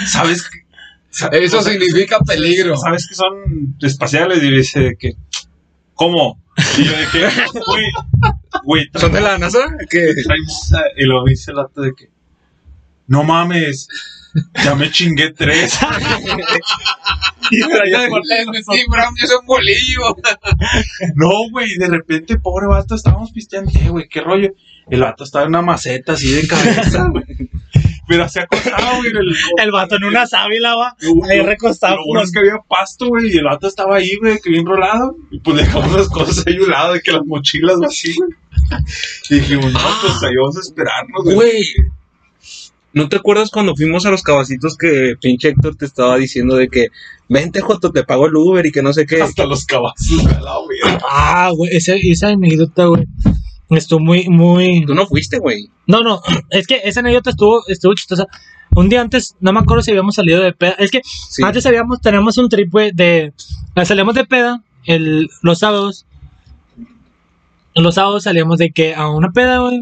¿sabes? qué? Sa- Eso o sea, significa peligro. ¿Sabes que son espaciales? Y dice de que, ¿cómo? Y yo de que, güey, güey, ¿Son de trae la NASA? ¿Qué? trae mota. Y lo dice el vato de que, no mames, ya me chingué tres. y traía cuatro. Les metí brownies a un bolillo. No, güey, de repente, pobre vato, estábamos pisteando, eh, güey, qué rollo. El vato estaba en una maceta así de cabeza, güey. Pero se acostaba, güey. en El, El vato en una sábila, va, Lo bueno- ahí recostado. Lo bueno es que había pasto, güey, y el vato estaba ahí, güey, que bien rolado. Y pues dejamos las cosas ahí a un lado, de que las mochilas, güey, así, güey. Y dijimos, no, pues ahí vamos a esperarnos, güey. Güey. ¿No te acuerdas cuando fuimos a los cabacitos que pinche Héctor te estaba diciendo de que vente, Joto, te pago el Uber y que no sé qué? Hasta los cabazos, güey, a la verga. Ah, güey, esa, esa anécdota, güey. Estuvo muy, muy. Tú no fuiste, güey. No, no, es que esa anécdota estuvo, estuvo chistosa. Un día antes, no me acuerdo si habíamos salido de peda. Es que Sí. antes habíamos, tenemos un trip, güey, de. Salíamos de peda el, los sábados. Los sábados salíamos de que a una peda, güey.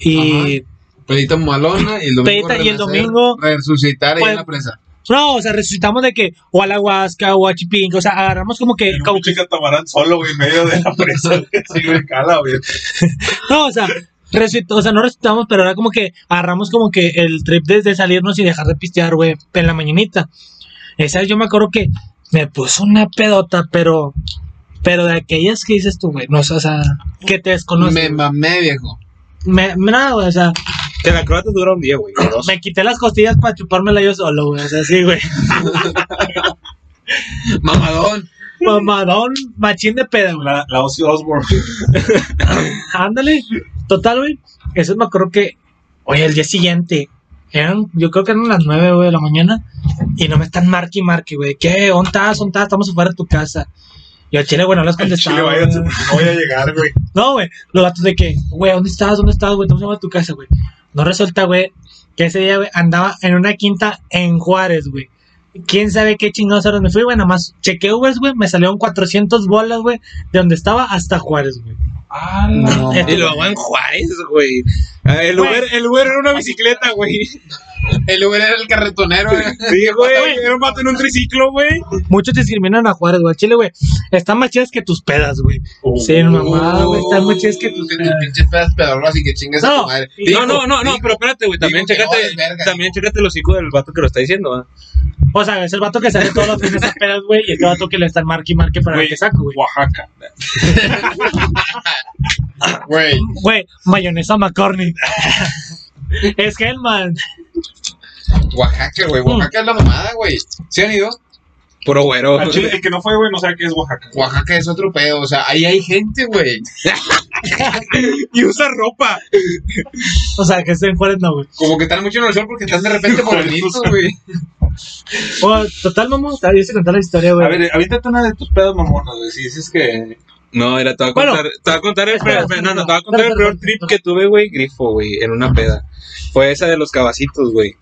Y. Pedita malona y el domingo. Pedita y renacer, el domingo. Resucitar ahí Pues- en la presa. No, o sea, resucitamos de que. O a la Huasca, o a Chipinque. O sea, agarramos como que. Y como un que- chica catamarán solo, güey, en medio de la presa, güey, así, güey, cala, güey. No, o sea, resucit- o sea, no resucitamos, pero era como que agarramos como que el trip de, de salirnos y dejar de pistear, güey, en la mañanita. Esa vez yo me acuerdo que me puso una pedota, pero pero de aquellas que dices tú, güey, no, o sea, que te me desconoces. mamé, viejo. Me, me- nada, güey, o sea, Que la croata dura un día, güey. o dos. me quité las costillas para chupármela yo solo, güey, o sea, sí, güey. Mamadón. Mamadón, Pues, machín de pedo, güey. La, la Ozzy Osbourne. Ándale, total, güey. Eso me acuerdo que, oye, el día siguiente, eran, yo creo que eran las 9, güey, de la mañana, y no me están marque y marque, güey. ¿Qué? ¿Dónde estás? ¿Dónde estás? Estamos afuera de tu casa. Y al chile, güey, no les contestaba. Chile, váyanse, güey. porque no voy a llegar, güey. No, güey, los gatos de que, güey, ¿dónde estás? ¿Dónde estás, güey? Estamos afuera de tu casa, güey. No resulta, güey, que ese día, güey, andaba en una quinta en Juárez, güey. Quién sabe qué chingados a me fui, güey. Eh, Nada más chequeé Ubers, güey. Me salieron 400 bolas, güey, de donde estaba hasta Juárez, güey. Ah, la- No. Y lo hago en Juárez, güey. Ah, El Uber, el Uber era una bicicleta, güey. El Uber era el carretonero, eh. güey. Sí, güey. Era un vato en un triciclo, güey. Muchos discriminan a Juárez, güey. Al Chile, güey. Están más chidas que tus pedas, güey. Oh. Sí, no, mamá, güey. Están más chidas que tú tus tienes pedas. pinches pedas pedorras y que chingas a No, tu madre. No, no, no, no, pero espérate, güey. También digo que no, chécate, es verga. también chécate el hocico del vato que lo está diciendo, ¿va? O sea, es el vato que sale todos los fines a pedas, güey. Y este vato que le están marque y marque para Güey. ver que saco, güey. Oaxaca. Güey, Güey, mayonesa McCormick. es Hellman. Oaxaca, Mm. güey. Oaxaca es la mamada, güey. ¿Sí han ido? Puro güero. Al Ah, chile, el que no fue, güey, no sabe qué es Oaxaca. Oaxaca es otro pedo. O sea, ahí hay gente, güey. Y usa ropa. O sea, que estén Juárez, no, güey. Como que están mucho en el sol porque están de repente bonitos, güey. O, Oh, total, mamón. Te voy a contar la historia, A güey. ver, avítate una de tus pedos mamonas, güey. Si dices que. No, era, te voy a Bueno. contar, te voy a contar el, Espera, peor- espera, no, no, espera. te voy a contar el Espera, peor espera, trip que tuve, güey, grifo, güey, en una peda. Fue esa de los cabacitos, güey.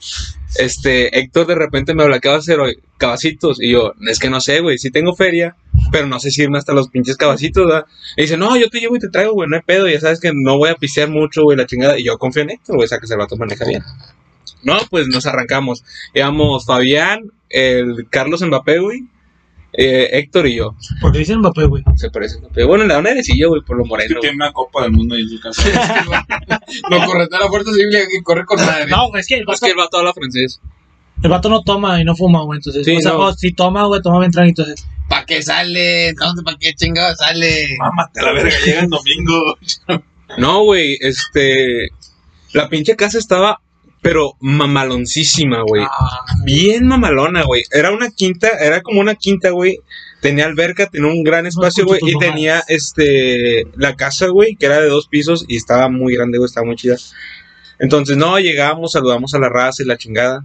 Este, Héctor de repente me blaqueaba cero cabacitos y yo, es que no sé, güey, sí tengo feria, pero no sé si irme hasta los pinches cabacitos, ¿verdad? Y dice, no, yo te llevo y te traigo, güey, pues, no hay pedo, ya sabes que no voy a pisear mucho, güey, la chingada. Y yo confío en Héctor, güey, o sea que se va a maneja bien. No, pues nos arrancamos. Íbamos Fabián, el Carlos Mbappé, güey, eh, Héctor y yo. Porque dicen Mbappé, güey. Se parece. Pero bueno, la onda eres y yo, güey, por Es lo que moreno. güey. tiene una copa del mundo y en su casa. Lo corre a la puerta civil y corre con madre. No, güey, es que el Es vato, que el vato habla francés. el vato no toma y no fuma, güey. Entonces, Sí, o sea, no. o si toma, güey, toma bien tranquilo. Entonces, ¿Para qué sale? ¿Dónde, para qué chingado sale? Mámate a la verga, llega el domingo. No, güey, este. La pinche casa estaba, pero mamaloncísima, güey. Bien mamalona, güey. Era una quinta, era como una quinta, güey. Tenía alberca, tenía un gran espacio, güey. escucho Y tus mamadas. tenía, este, la casa, güey, que era de dos pisos y estaba muy grande, güey, estaba muy chida. Entonces, no, llegamos, saludamos a la raza y la chingada.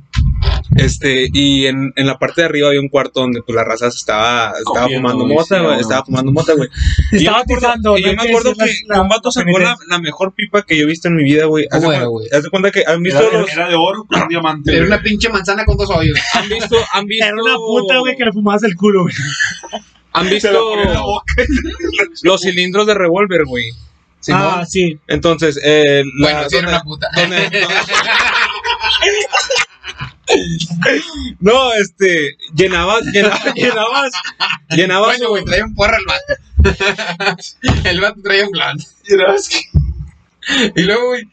Este, y en, en la parte de arriba había un cuarto donde, pues, la raza se estaba, estaba Comiendo, fumando güey, mota, sí, güey. no. Estaba fumando mota, güey. Y yo estaba me acuerdo- tirando. y yo me acuerdo que un vato sacó la, la mejor pipa que yo he visto en mi vida, güey. Haz de ¿Cómo era, cuen- güey? haz de cuenta que han visto Era, de- los- era de oro con un diamante. Era güey. una pinche manzana con dos hoyos. han visto, han visto. Era una puta, güey, que le fumabas el culo, güey. Han Se la ponía en la visto boca. los cilindros de revólver, güey. Ah, Simón. sí. Entonces, eh, la- Bueno, sí, era una puta. donde- donde- no, este, llenabas, llenabas, llenabas, llenabas Bueno, güey, traía un porro al vato. el vato traía un plan. Y era- es que- Y luego, güey,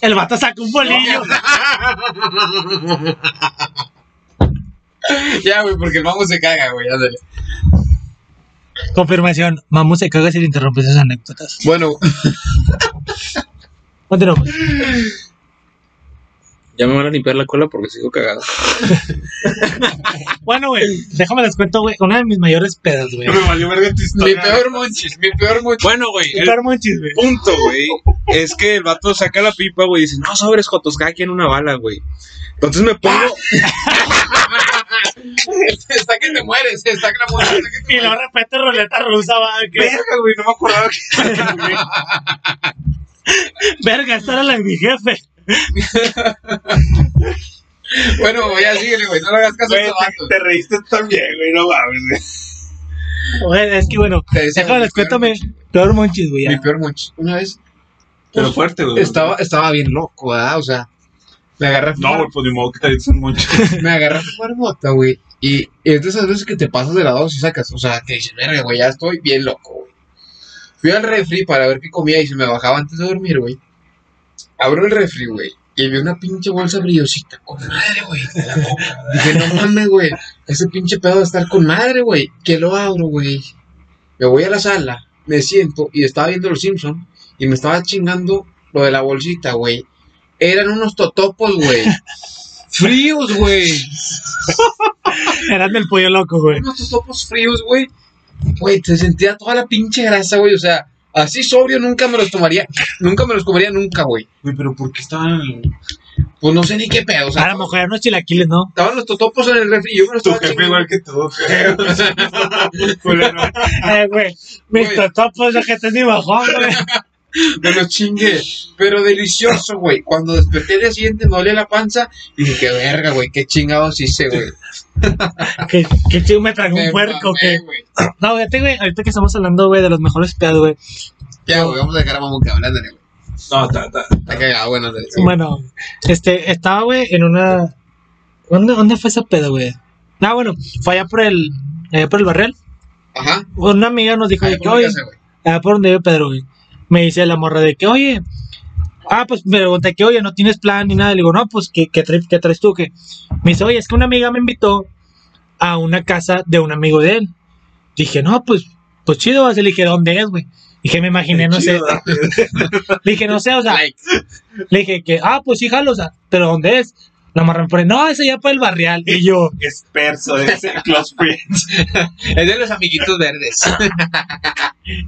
El vato sacó un bolillo. ya, güey, porque el mamo se caga, güey, ándale. Confirmación. Mamu se caga si le interrumpes esas anécdotas. Bueno, Continuamos. Ya me van a limpiar la cola porque sigo cagado. Bueno, güey, déjame les cuento, güey, una de mis mayores pedas, güey. Me valió verga tu historia. mi peor monchis, mi peor monchis. Bueno, güey, el- Super monchis, güey. punto, güey, es que el vato saca la pipa, güey, y dice, no, sobres, Jotos, cada quien una bala, güey. Entonces me pongo, Está que te mueres, eh, está que la mueres. está que te Y luego de repente ruleta rusa, va, que Verga, güey, no me acordaba que. verga, esta era la de mi jefe. mueres. Bueno, güey, ya síguele, güey, no le hagas caso a Güey, ese te, vato. te reíste también, güey, no mames. güey. Güey, es que bueno, Te decía, déjame les mi peor cuento mi peor monchis, güey. Mi ya. peor monchis. Una vez Pero fuerte, güey. estaba, estaba bien loco, ¿verdad? O sea, me agarré a No, fumar- güey, pues ni modo que te dicen mucho. me agarré a fumar mota, güey. Y es de esas veces que te pasas de la dosis y sacas. O sea, que dices, verga, güey, ya estoy bien loco, güey. Fui al refri para ver qué comía y se me bajaba antes de dormir, güey. Abro el refri, güey. Y vi una pinche bolsa brillosita. Con madre, güey. de la coca. Dije, no mames, güey. Ese pinche pedo va a estar con madre, güey. Que lo abro, güey. Me voy a la sala, me siento y estaba viendo los Simpson y me estaba chingando lo de la bolsita, güey. Eran unos totopos, güey. Fríos, güey. Eran del pollo loco, güey. Unos totopos fríos, güey. Güey, te sentía toda la pinche grasa, güey. O sea, así sobrio nunca me los tomaría. Nunca me los comería nunca, güey. Güey, pero ¿por qué estaban Pues no sé ni qué pedo. O sea, A lo mejor eran unos chilaquiles, ¿no? estaban los totopos en el refri y yo me los tu estaba jefe chingando. igual que tú? güey? Culero. Eh, güey, mis Güey. totopos, lo que te ni bajón, güey. me lo chingué. Pero delicioso, güey. Cuando desperté el día siguiente me dolía la panza y dije, qué verga, güey, qué chingados hice, güey. Que, que chido me tragó Me un puerco. mamé, Que... güey. No, fíjate, güey, ahorita que estamos hablando, güey, de los mejores pedos, güey. Ya, güey, vamos a dejar a Mamón que hablar, ándale, güey. No, ta, ta. Está cagado, bueno, ándale, sí. Bueno, este, estaba, güey, en una. ¿Dónde, dónde fue esa pedo, güey? Ah, bueno, fue allá por el. Allá por el barril. Ajá. Una amiga nos dijo, Ahí de que, por mi oye, casa, güey. allá Ah, por donde vive Pedro, güey. Me dice la morra de que, oye. Ah, pues me pregunté que, oye, no tienes plan ni nada. Le digo, no, pues, ¿qué, qué, traes, qué traes tú? ¿Qué? Me dice, oye, es que una amiga me invitó a una casa de un amigo de él. Dije, no, pues, pues chido. vas". Le dije, ¿dónde es, güey? Dije, me imaginé, no sé. Chido, ¿verdad? Le dije, no sé, o sea, Like. le dije que, ah, pues sí, jalo, o sea, pero ¿dónde es? La morra me pone, no, es allá para el barrial. Y yo, Experso, es el close friends. Es de los amiguitos verdes.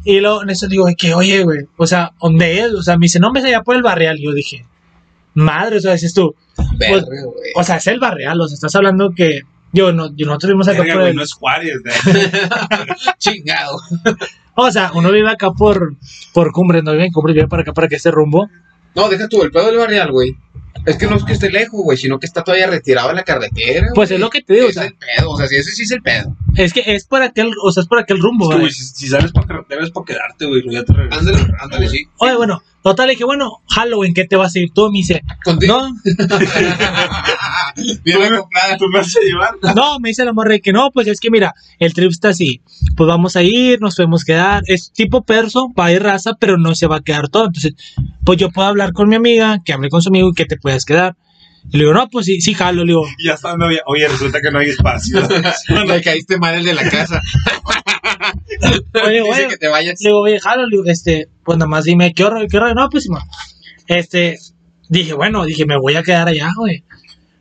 y luego en eso digo, de que, oye, güey, o sea, ¿dónde es? O sea, me dice, no, me es allá por el barrial. Y yo dije, madre, o sea, dices tú, Verga, güey. o sea, es el barrial, o sea, estás hablando que, yo, no, yo nosotros vivimos acá Verga, por güey, el- no es Juárez, ¿verdad? Chingado. o sea, uno vive acá por, por cumbres, no vive en cumbres, vive para acá, para que esté rumbo. No, deja tú, el pedo del barrial, güey. Es que no es que esté lejos, güey, sino que está todavía retirado de la carretera. Pues güey. es lo que te digo, o es sea, el pedo, o sea, si ese sí es el pedo. es que es por aquel, o sea, es por aquel rumbo, Es que, güey. güey, si, si sales por carretera es por quedarte, güey. luego Ya te regresas. Ándale, ándale, sí. Oye, bueno, total, le dije, bueno, Halloween, ¿qué te vas a ir tú? Me dice, Contigo. no, Bien comprada. Tú Pues me vas a llevar. No, me dice la morra de que no, pues es que mira, el trip está así. Pues vamos a ir, nos podemos quedar. Es tipo perso, va a ir raza, pero no se va a quedar todo. Entonces, pues yo puedo hablar con mi amiga, que hable con su amigo y que te puedas quedar. Y le digo, no, pues sí, sí, jalo. Le digo, Y ya está, no había. Oye, resulta que no hay espacio. Bueno, Le caíste mal el de la casa. oye, Dice güey. que te vayas. Le digo, oye, jalo. Le digo, este, pues nada más dime, ¿qué hora? ¿Qué hora? No, pues ma. Este, dije, bueno, dije, me voy a quedar allá, güey.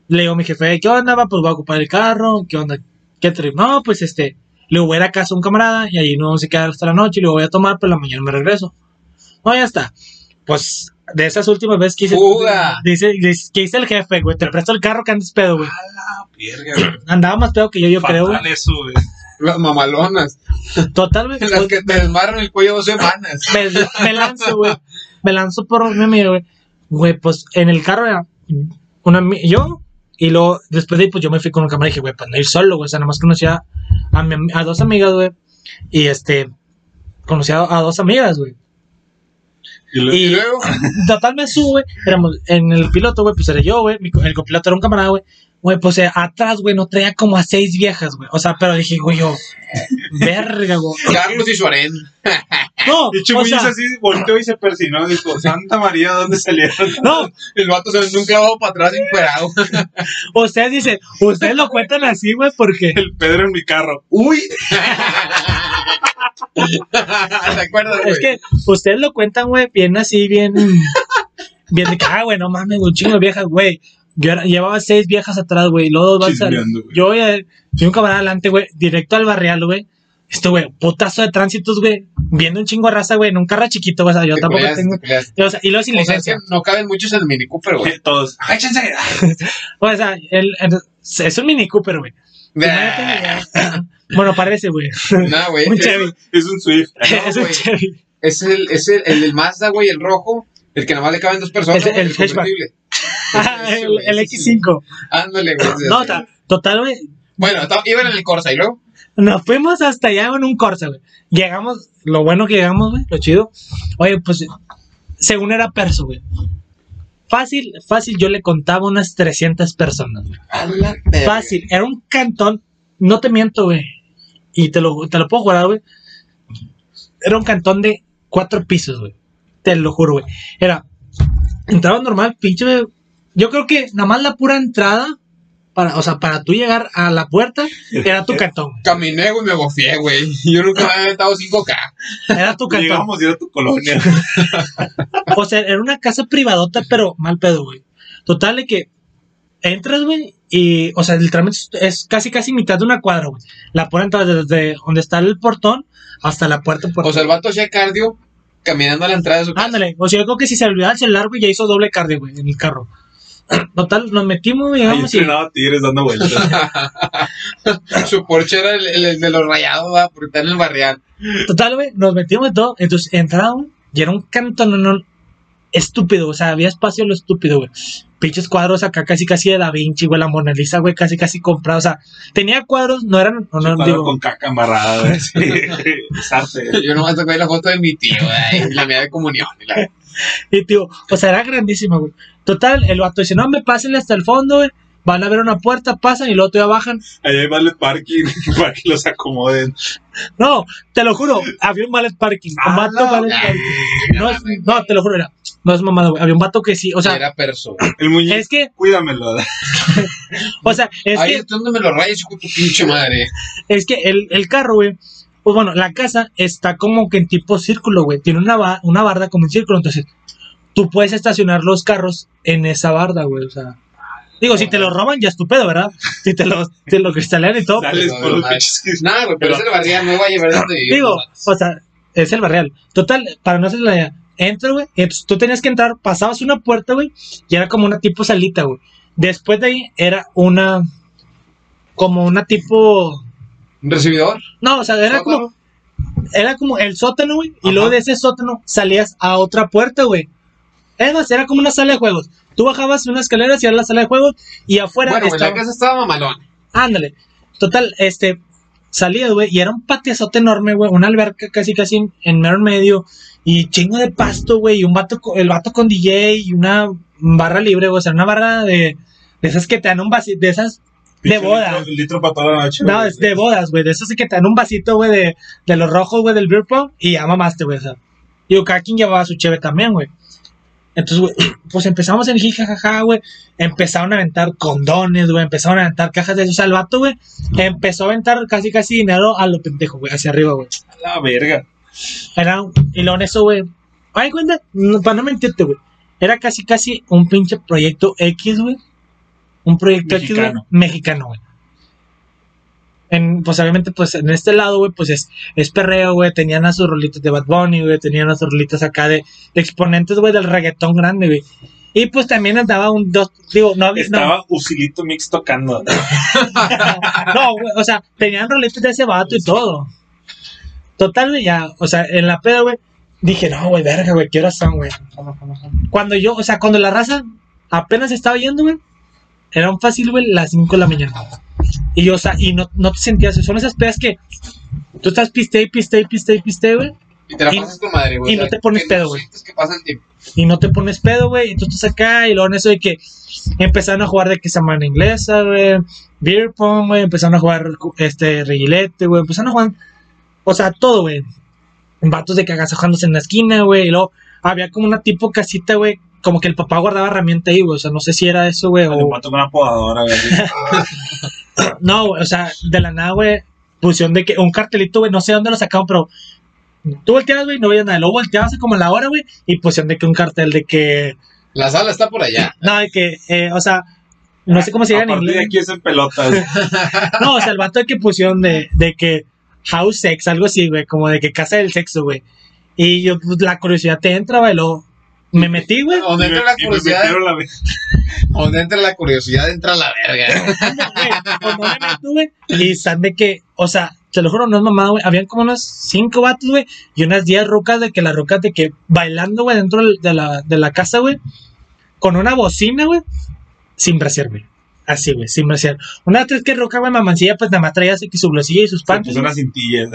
Le digo a mi jefe, ¿qué onda? Va, pues voy a ocupar el carro. ¿Qué onda? ¿Qué trip? No, pues este, le voy a ir a casa a un camarada y allí no se queda hasta la noche. Le voy a tomar, pero en la mañana me regreso. No, ya está. Pues de esas últimas veces que hice. Fuga. Dice, dice- que hice el jefe, güey. Te presto el carro que andes pedo, güey. verga, güey. Andaba más pedo que yo, yo creo, Fatal güey. eso, güey. Las mamalonas. Total, güey. Las que te desmarran el cuello dos semanas. me, me lanzo, güey. Me lanzo por mi amigo, güey. Güey, pues en el carro era una, ami- yo y luego después de ahí, pues yo me fui con un cámara y dije, güey, pues no ir solo, güey. O sea, nada más conocía a, mi ami- a dos amigas, güey. Y este, conocía a, a dos amigas, güey. Y luego, Y luego, Total me sube, éramos en el piloto, güey, pues era yo, güey. mi co- El copiloto era un camarada, güey. Güey, pues eh, atrás, güey, no traía como a seis viejas, güey. O sea, pero dije, güey, yo, verga, güey. Carlos y Suarén. No, y o Chumillos sea, así volteó y se persinó. Dijo, Santa María, ¿dónde salieron? no, El vato se ve un clavado para atrás encuerado. Ustedes dicen, ustedes lo cuentan así, güey, porque. El Pedro en mi carro. Uh. ¡Uy! ¿Te acuerdas, güey? Es que ustedes lo cuentan, güey, bien así, bien. Bien de que, ah, güey, no mames, un chingo de viejas, güey. Yo era- llevaba seis viejas atrás, güey, y luego dos vas a. Chismeando, güey. Yo eh, fui un camarada adelante, güey, directo al barrial, güey. Este, güey, putazo de tránsitos, güey. Viendo un chingo de raza, güey, en un carro chiquito, güey. O sea, yo Te tampoco culeas, tengo. te culeas. O sea, y luego sin O sea, es que licencia. no caben muchos en el Mini Cooper, güey. Todos. ¡Ay, chance! O sea, el- el- es un mini Cooper, güey. Nah, Bueno, parece, güey. nah, güey. Un Chevy. "Ah, Es un Swift. Es un güey. Chevy. Es el, es el, el del Mazda, güey, el rojo. El que nada más le caben dos personas. Es el- güey, el hatchback. convertible. Ah, Ese, el, güey, el ese sí, X5. güey. Ándale, güey. ese, No, ese. ta- total, güey. Bueno, to- iban en el Corsa y luego. Nos fuimos hasta allá en un Corsa, güey. Llegamos, lo bueno que llegamos, güey, lo chido. Oye, pues, según era perso, güey. Fácil, fácil, yo le contaba unas 300 personas, güey. A la verga. Fácil, era un cantón, no te miento, güey. Y te lo, te lo puedo jurar, güey. Era un cantón de cuatro pisos, güey. Te lo juro, güey. Era, entraba normal, pinche. güey. Yo creo que nada más la pura entrada, para, o sea, para tú llegar a la puerta, era tu cantón. Caminé, güey, me bofié, güey. Yo nunca me había aventado 5K. Era tu cantón. Llegamos a ir a tu colonia. O sea, era una casa privadota, pero mal pedo, güey. Total de que entras, güey, y, o sea, literalmente es- es casi, casi mitad de una cuadra, güey. La puerta entra desde donde está el portón hasta la puerta. puerta. O sea, el vato hacía cardio caminando a la entrada de su casa. Ándale, o sea, yo creo que si se olvidaba el celular, güey, ya hizo doble cardio, güey, en el carro. Total, nos metimos, güey, Ahí llegamos y... entrenaba tigres dando vueltas. Su Porsche era el, el- el de los rayados, va, porque está en el barrial. Total, güey, nos metimos y todo. Entonces entramos, Y era un cantonón estúpido, o sea, había espacio a lo estúpido, güey. Pinches cuadros acá casi casi de Da Vinci, güey, la Mona Lisa, güey, casi casi comprada, o sea, tenía cuadros, no eran, no, no, Cuadro digo, con caca embarrada, güey. Sí, es arte. Yo nomás toco ahí la foto de mi tío, güey, la mía de comunión. y la- Y tío, o sea, era grandísima, güey. Total, el vato dice, no, me pasen hasta el fondo, güey. Van a ver una puerta, pasan y luego todavía bajan. Ahí hay valet parking para que los acomoden. No, te lo juro, había un valet parking. Ah, Un vato valet parking. No, es- no, te lo juro, era. No es mamada, güey. Había un vato que sí, o sea, era persona. El muñeco, es que, cuídamelo. o sea, es Ahí que, es donde me lo rayas, hijo de tu pinche madre. es que el, el carro, güey. Pues bueno, la casa está como que en tipo círculo, güey. Tiene una, ba- una barda como en círculo, entonces tú puedes estacionar los carros en esa barda, güey. O sea, digo, si te lo roban ya es tu pedo, ¿verdad? Si te lo, te lo cristalean y todo, Sales por los pinches que Nada, güey, pero esa es la barriga nueva llevar donde vivimos. Digo, o sea, es el barrial. Total, para no hacer la idea, entro, güey. y, pues, tú tenías que entrar, pasabas una puerta, güey, y era como una tipo salita, güey. Después de ahí era una. Como una tipo. ¿Un recibidor? No, o sea, era como, era como el sótano, güey. Y luego de ese sótano salías a otra puerta, güey. Es más, era como una sala de juegos. Tú bajabas una escalera hacia la sala de juegos y afuera Bueno, güey, estaba- la casa estaba mamalona. Ándale. Total, este, salía, güey, y era un patiazote enorme, güey, una alberca casi, casi en, en mero medio, y chingo de pasto, güey, y un vato, co- el vato con DJ y una barra libre, güey, o sea, una barra de, de esas que te dan un vasito, de esas de Pinche boda. Litro, litro para toda la noche. No, güey. es de bodas, güey. De esos que te dan un vasito, güey, de, de los rojos, güey, del beer pong. Y ya mamaste, güey. O sea, digo, cada quien llevaba su cheve también, güey. Entonces, güey, pues empezamos en jijajaja, güey. Empezaron a aventar condones, güey. Empezaron a aventar cajas de esos al vato, güey. Empezó a aventar casi, casi dinero a lo pendejo, güey. Hacia arriba, güey. La verga. Era un- y lo en eso, güey. Ay, cuenta, no, para no mentirte, güey. Era casi, casi un pinche proyecto X, güey. Un proyecto X, güey. Mexicano. Mexicano, güey. En, pues obviamente, pues en este lado, güey, pues es, es perreo, güey. Tenían a sus rolitas de Bad Bunny, güey. Tenían a sus rolitas acá de, de exponentes, güey, del reggaetón grande, güey. Y pues también andaba un dos, digo, no Oh. había, no, Estaba Usilito Mix tocando. no, güey, o sea, tenían roletes de ese vato y todo. Total, güey, ya, o sea, en la peda, güey, dije, no, güey, verga, güey, ¿qué horas son, güey? Cuando yo, o sea, cuando la raza apenas estaba yendo, güey, era un fácil, güey, las 5 de la mañana. Y, o sea, y no, no te sentías, son esas pedas que tú estás piste y piste y piste y piste, güey, Y te la Y- pasas con madre, güey. y no te pones que pedo, güey. sientes que pasa el tiempo. y no te pones pedo, güey, y tú estás acá, y luego en eso de que empezaron a jugar de que semana inglesa, güey, beer pong, güey, empezaron a jugar este reguilete, güey, empezaron a jugar, o sea, todo, güey, vatos de que agasajándose en la esquina, güey, y luego había como una tipo casita, güey, como que el papá guardaba herramienta ahí, güey, o sea, no sé si era eso, güey, Le o... mató con una podadora, güey. No, güey, o sea, de la nada, güey, pusieron de que un cartelito, güey, no sé dónde lo sacaron, pero tú volteabas, güey, no veías nada, luego volteabas como a la hora, güey, y pusieron de que un cartel de que... La sala está por allá. No, de que, eh, o sea, no sé cómo se A diga en partir de inglés. aquí es en pelotas. No, o sea, el vato de que pusieron de, de que house sex, algo así, güey, como de que casa del sexo, güey. Y yo, pues, la curiosidad te entra, güey, luego me metí, güey. Donde Y me- entra la y me curiosidad, metieron la vez. donde entra la curiosidad, entra la verga. güey. güey, pues, no me meto, güey. Y están de que, o sea, te lo juro, no es mamada, güey. Habían como unos cinco vatos, güey, y unas 10 rucas de que las rucas de que bailando, güey, dentro del- de la, de la casa, güey, con una bocina, güey, sin brasier, güey. Así, güey, sin brasier. Una tres que roca, güey, mamancilla, pues nada más traía así que su blusilla y sus Se pantos. puso pues, una eh. cintilla.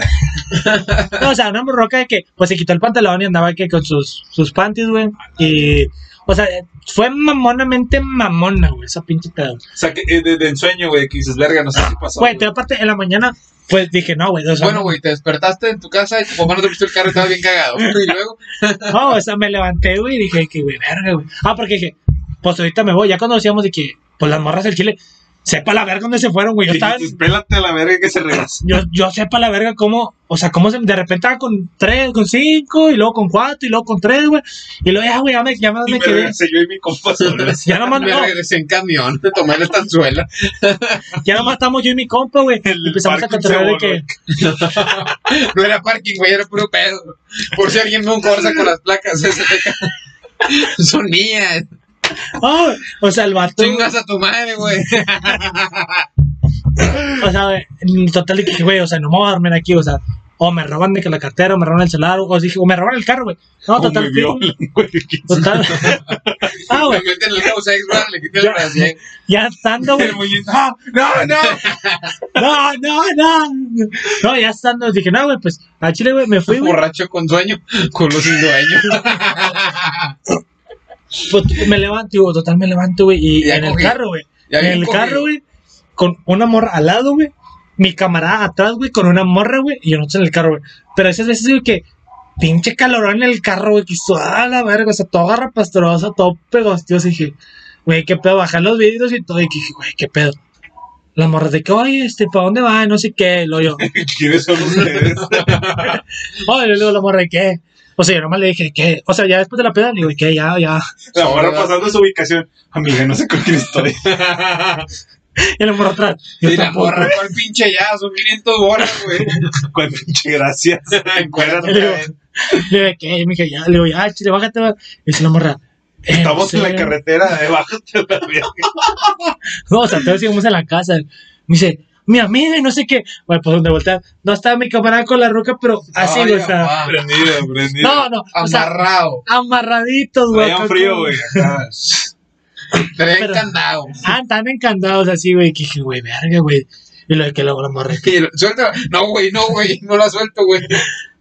No, o sea, una morroca de que pues se quitó el pantalón y andaba que con sus, sus panties, güey. Y, o sea, fue mamonamente mamona, güey, esa pinche pedo. O sea, que, eh, de, de ensueño, güey, que dices, verga, no sé qué pasó. Güey, te aparte en la mañana, pues dije, no, güey, o sea, Bueno, güey, te despertaste en tu casa y tu papá no te puso el carro y estabas bien cagado. Y luego, no, o sea, me levanté, güey, y dije, que, güey, verga, güey. Ah, porque dije, pues ahorita me voy. Ya cuando decíamos de que, pues las morras del chile, sepa la verga dónde se fueron, güey. Yo estaba, Dices, pélate a la verga que se regresa. yo, yo sepa la verga cómo, o sea, cómo se, de repente estaba con tres, con cinco, y luego con cuatro, y luego con tres, güey. Y luego ya, güey, ya me, ya más Y me me quedé. regresé yo y mi compa solos. Ya nomás, me no, regresé en camión, tomé la estanzuela. Ya nomás estamos yo y mi compa, güey. El Empezamos a parking se controlar de que. voló. No era parking, güey, era puro pedo. Por si alguien ve un Corsa con las placas, ese te ca- son mías. Oh, o sea, el vato. Chingas a tu madre, güey. O sea, en total de que, güey, o sea, no me voy a dormir aquí, o sea. o me roban de que la cartera, o me roban el celular, o, dije, o me roban el carro, güey. No, O total. me violan, güey. Total. ah, Me güey. meten en el caos X, güey, le quité el Ya. brasier. Ya estando, güey. El muñeco, ¡ah! ¡No, no! No, no, no. No, ya estando. Dije, no, güey, pues a Chile, güey, me fui, güey. Borracho con sueño, culo sin dueño. Pues, me levanto, güey. Total, me levanto, güey. Y Ya en el cogí. carro, güey. Ya en bien el cogido. carro, güey, con una morra al lado, güey. Mi camarada atrás, güey, con una morra, güey, y yo no en el carro, güey. Pero esas veces, güey, que pinche calorón en el carro, güey, que hizo a la verga, o sea, todo garrapastroso, todo pegostioso. Y dije, güey, qué pedo, bajar los vidrios y todo. Y dije, güey, qué pedo. La morra de que, oye, este, ¿para dónde va? No sé qué, lo yo. ¿Quiénes son ustedes? Oye, le digo, la morra de qué. O sea, yo nomás le dije, ¿qué? O sea, ya después de la peda, le digo, ¿qué? Ya, ya. La morra pasando su ubicación. Amiga, no sé con quién estoy. Y la morra atrás. Yo Y la tampoco. morra, ¿cuál pinche ya? Son 500 bolas, güey. Con pinche gracias. Encuérdate. Le digo, le digo, ¿qué? Y me dije, ya, le digo, ya, chile, bájate, va. Y dice la morra, eh, no Estamos sé. en la carretera, eh, bájate a la verga. No, o sea, todos seguimos en la casa. Me dice, mi amiga, y no sé qué. Bueno, pues donde voltea, no estaba mi camarada con la ruca, pero así, Ay, güey, o sea, papá, Prendido, prendido. no, no, o sea, Amarrado. amarraditos, güey. Traían acá frío, como- güey. acá. Trae pero- candado. Ah, tan encantados así, güey, que dije, güey, verga, güey. Y lo de que luego la morra. Y lo- Suelta. No, güey, no, güey. No la suelto, güey.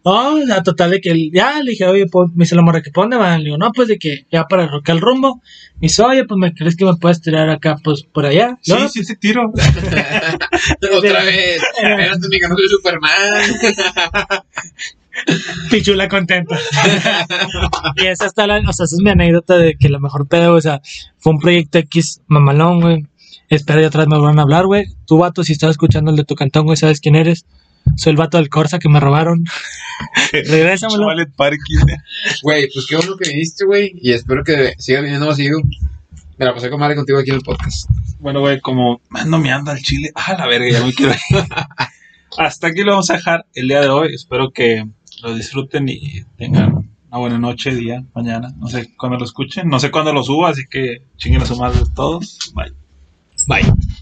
No, o sea, total de que el- ya le dije, oye, pues, me dice la morra que ¿para dónde van? Le digo, no, pues de que ya para rocar el rumbo. Me dice, oye, pues me crees que me puedes tirar acá, pues por allá. Sí, No, sí te tiro. Otra vez. Espérate, mija, no soy Superman. Pichula contenta. y esa está la, o sea, esa es mi anécdota de que lo mejor pedo, o sea, fue un proyecto X mamalón, güey. Espero y atrás me vuelvan a hablar, güey. Tú, vato, si estás escuchando el de tu cantón, güey, sabes quién eres. Soy el vato del Corsa que me robaron. Regrésamelo. Chaval en parking. Güey, pues qué bueno que viniste, güey. Y espero que siga viniendo más seguido. Me la pasé con madre contigo aquí en el podcast. Bueno, güey, como "Man, no me anda el chile. Ah, la verga, ya me quiero ir. Hasta aquí lo vamos a dejar el día de hoy. Espero que lo disfruten y tengan una buena noche, día, mañana. No sé cuándo lo escuchen. No sé cuándo lo suba, así que chinguen a su madre todos. Bye. Bye.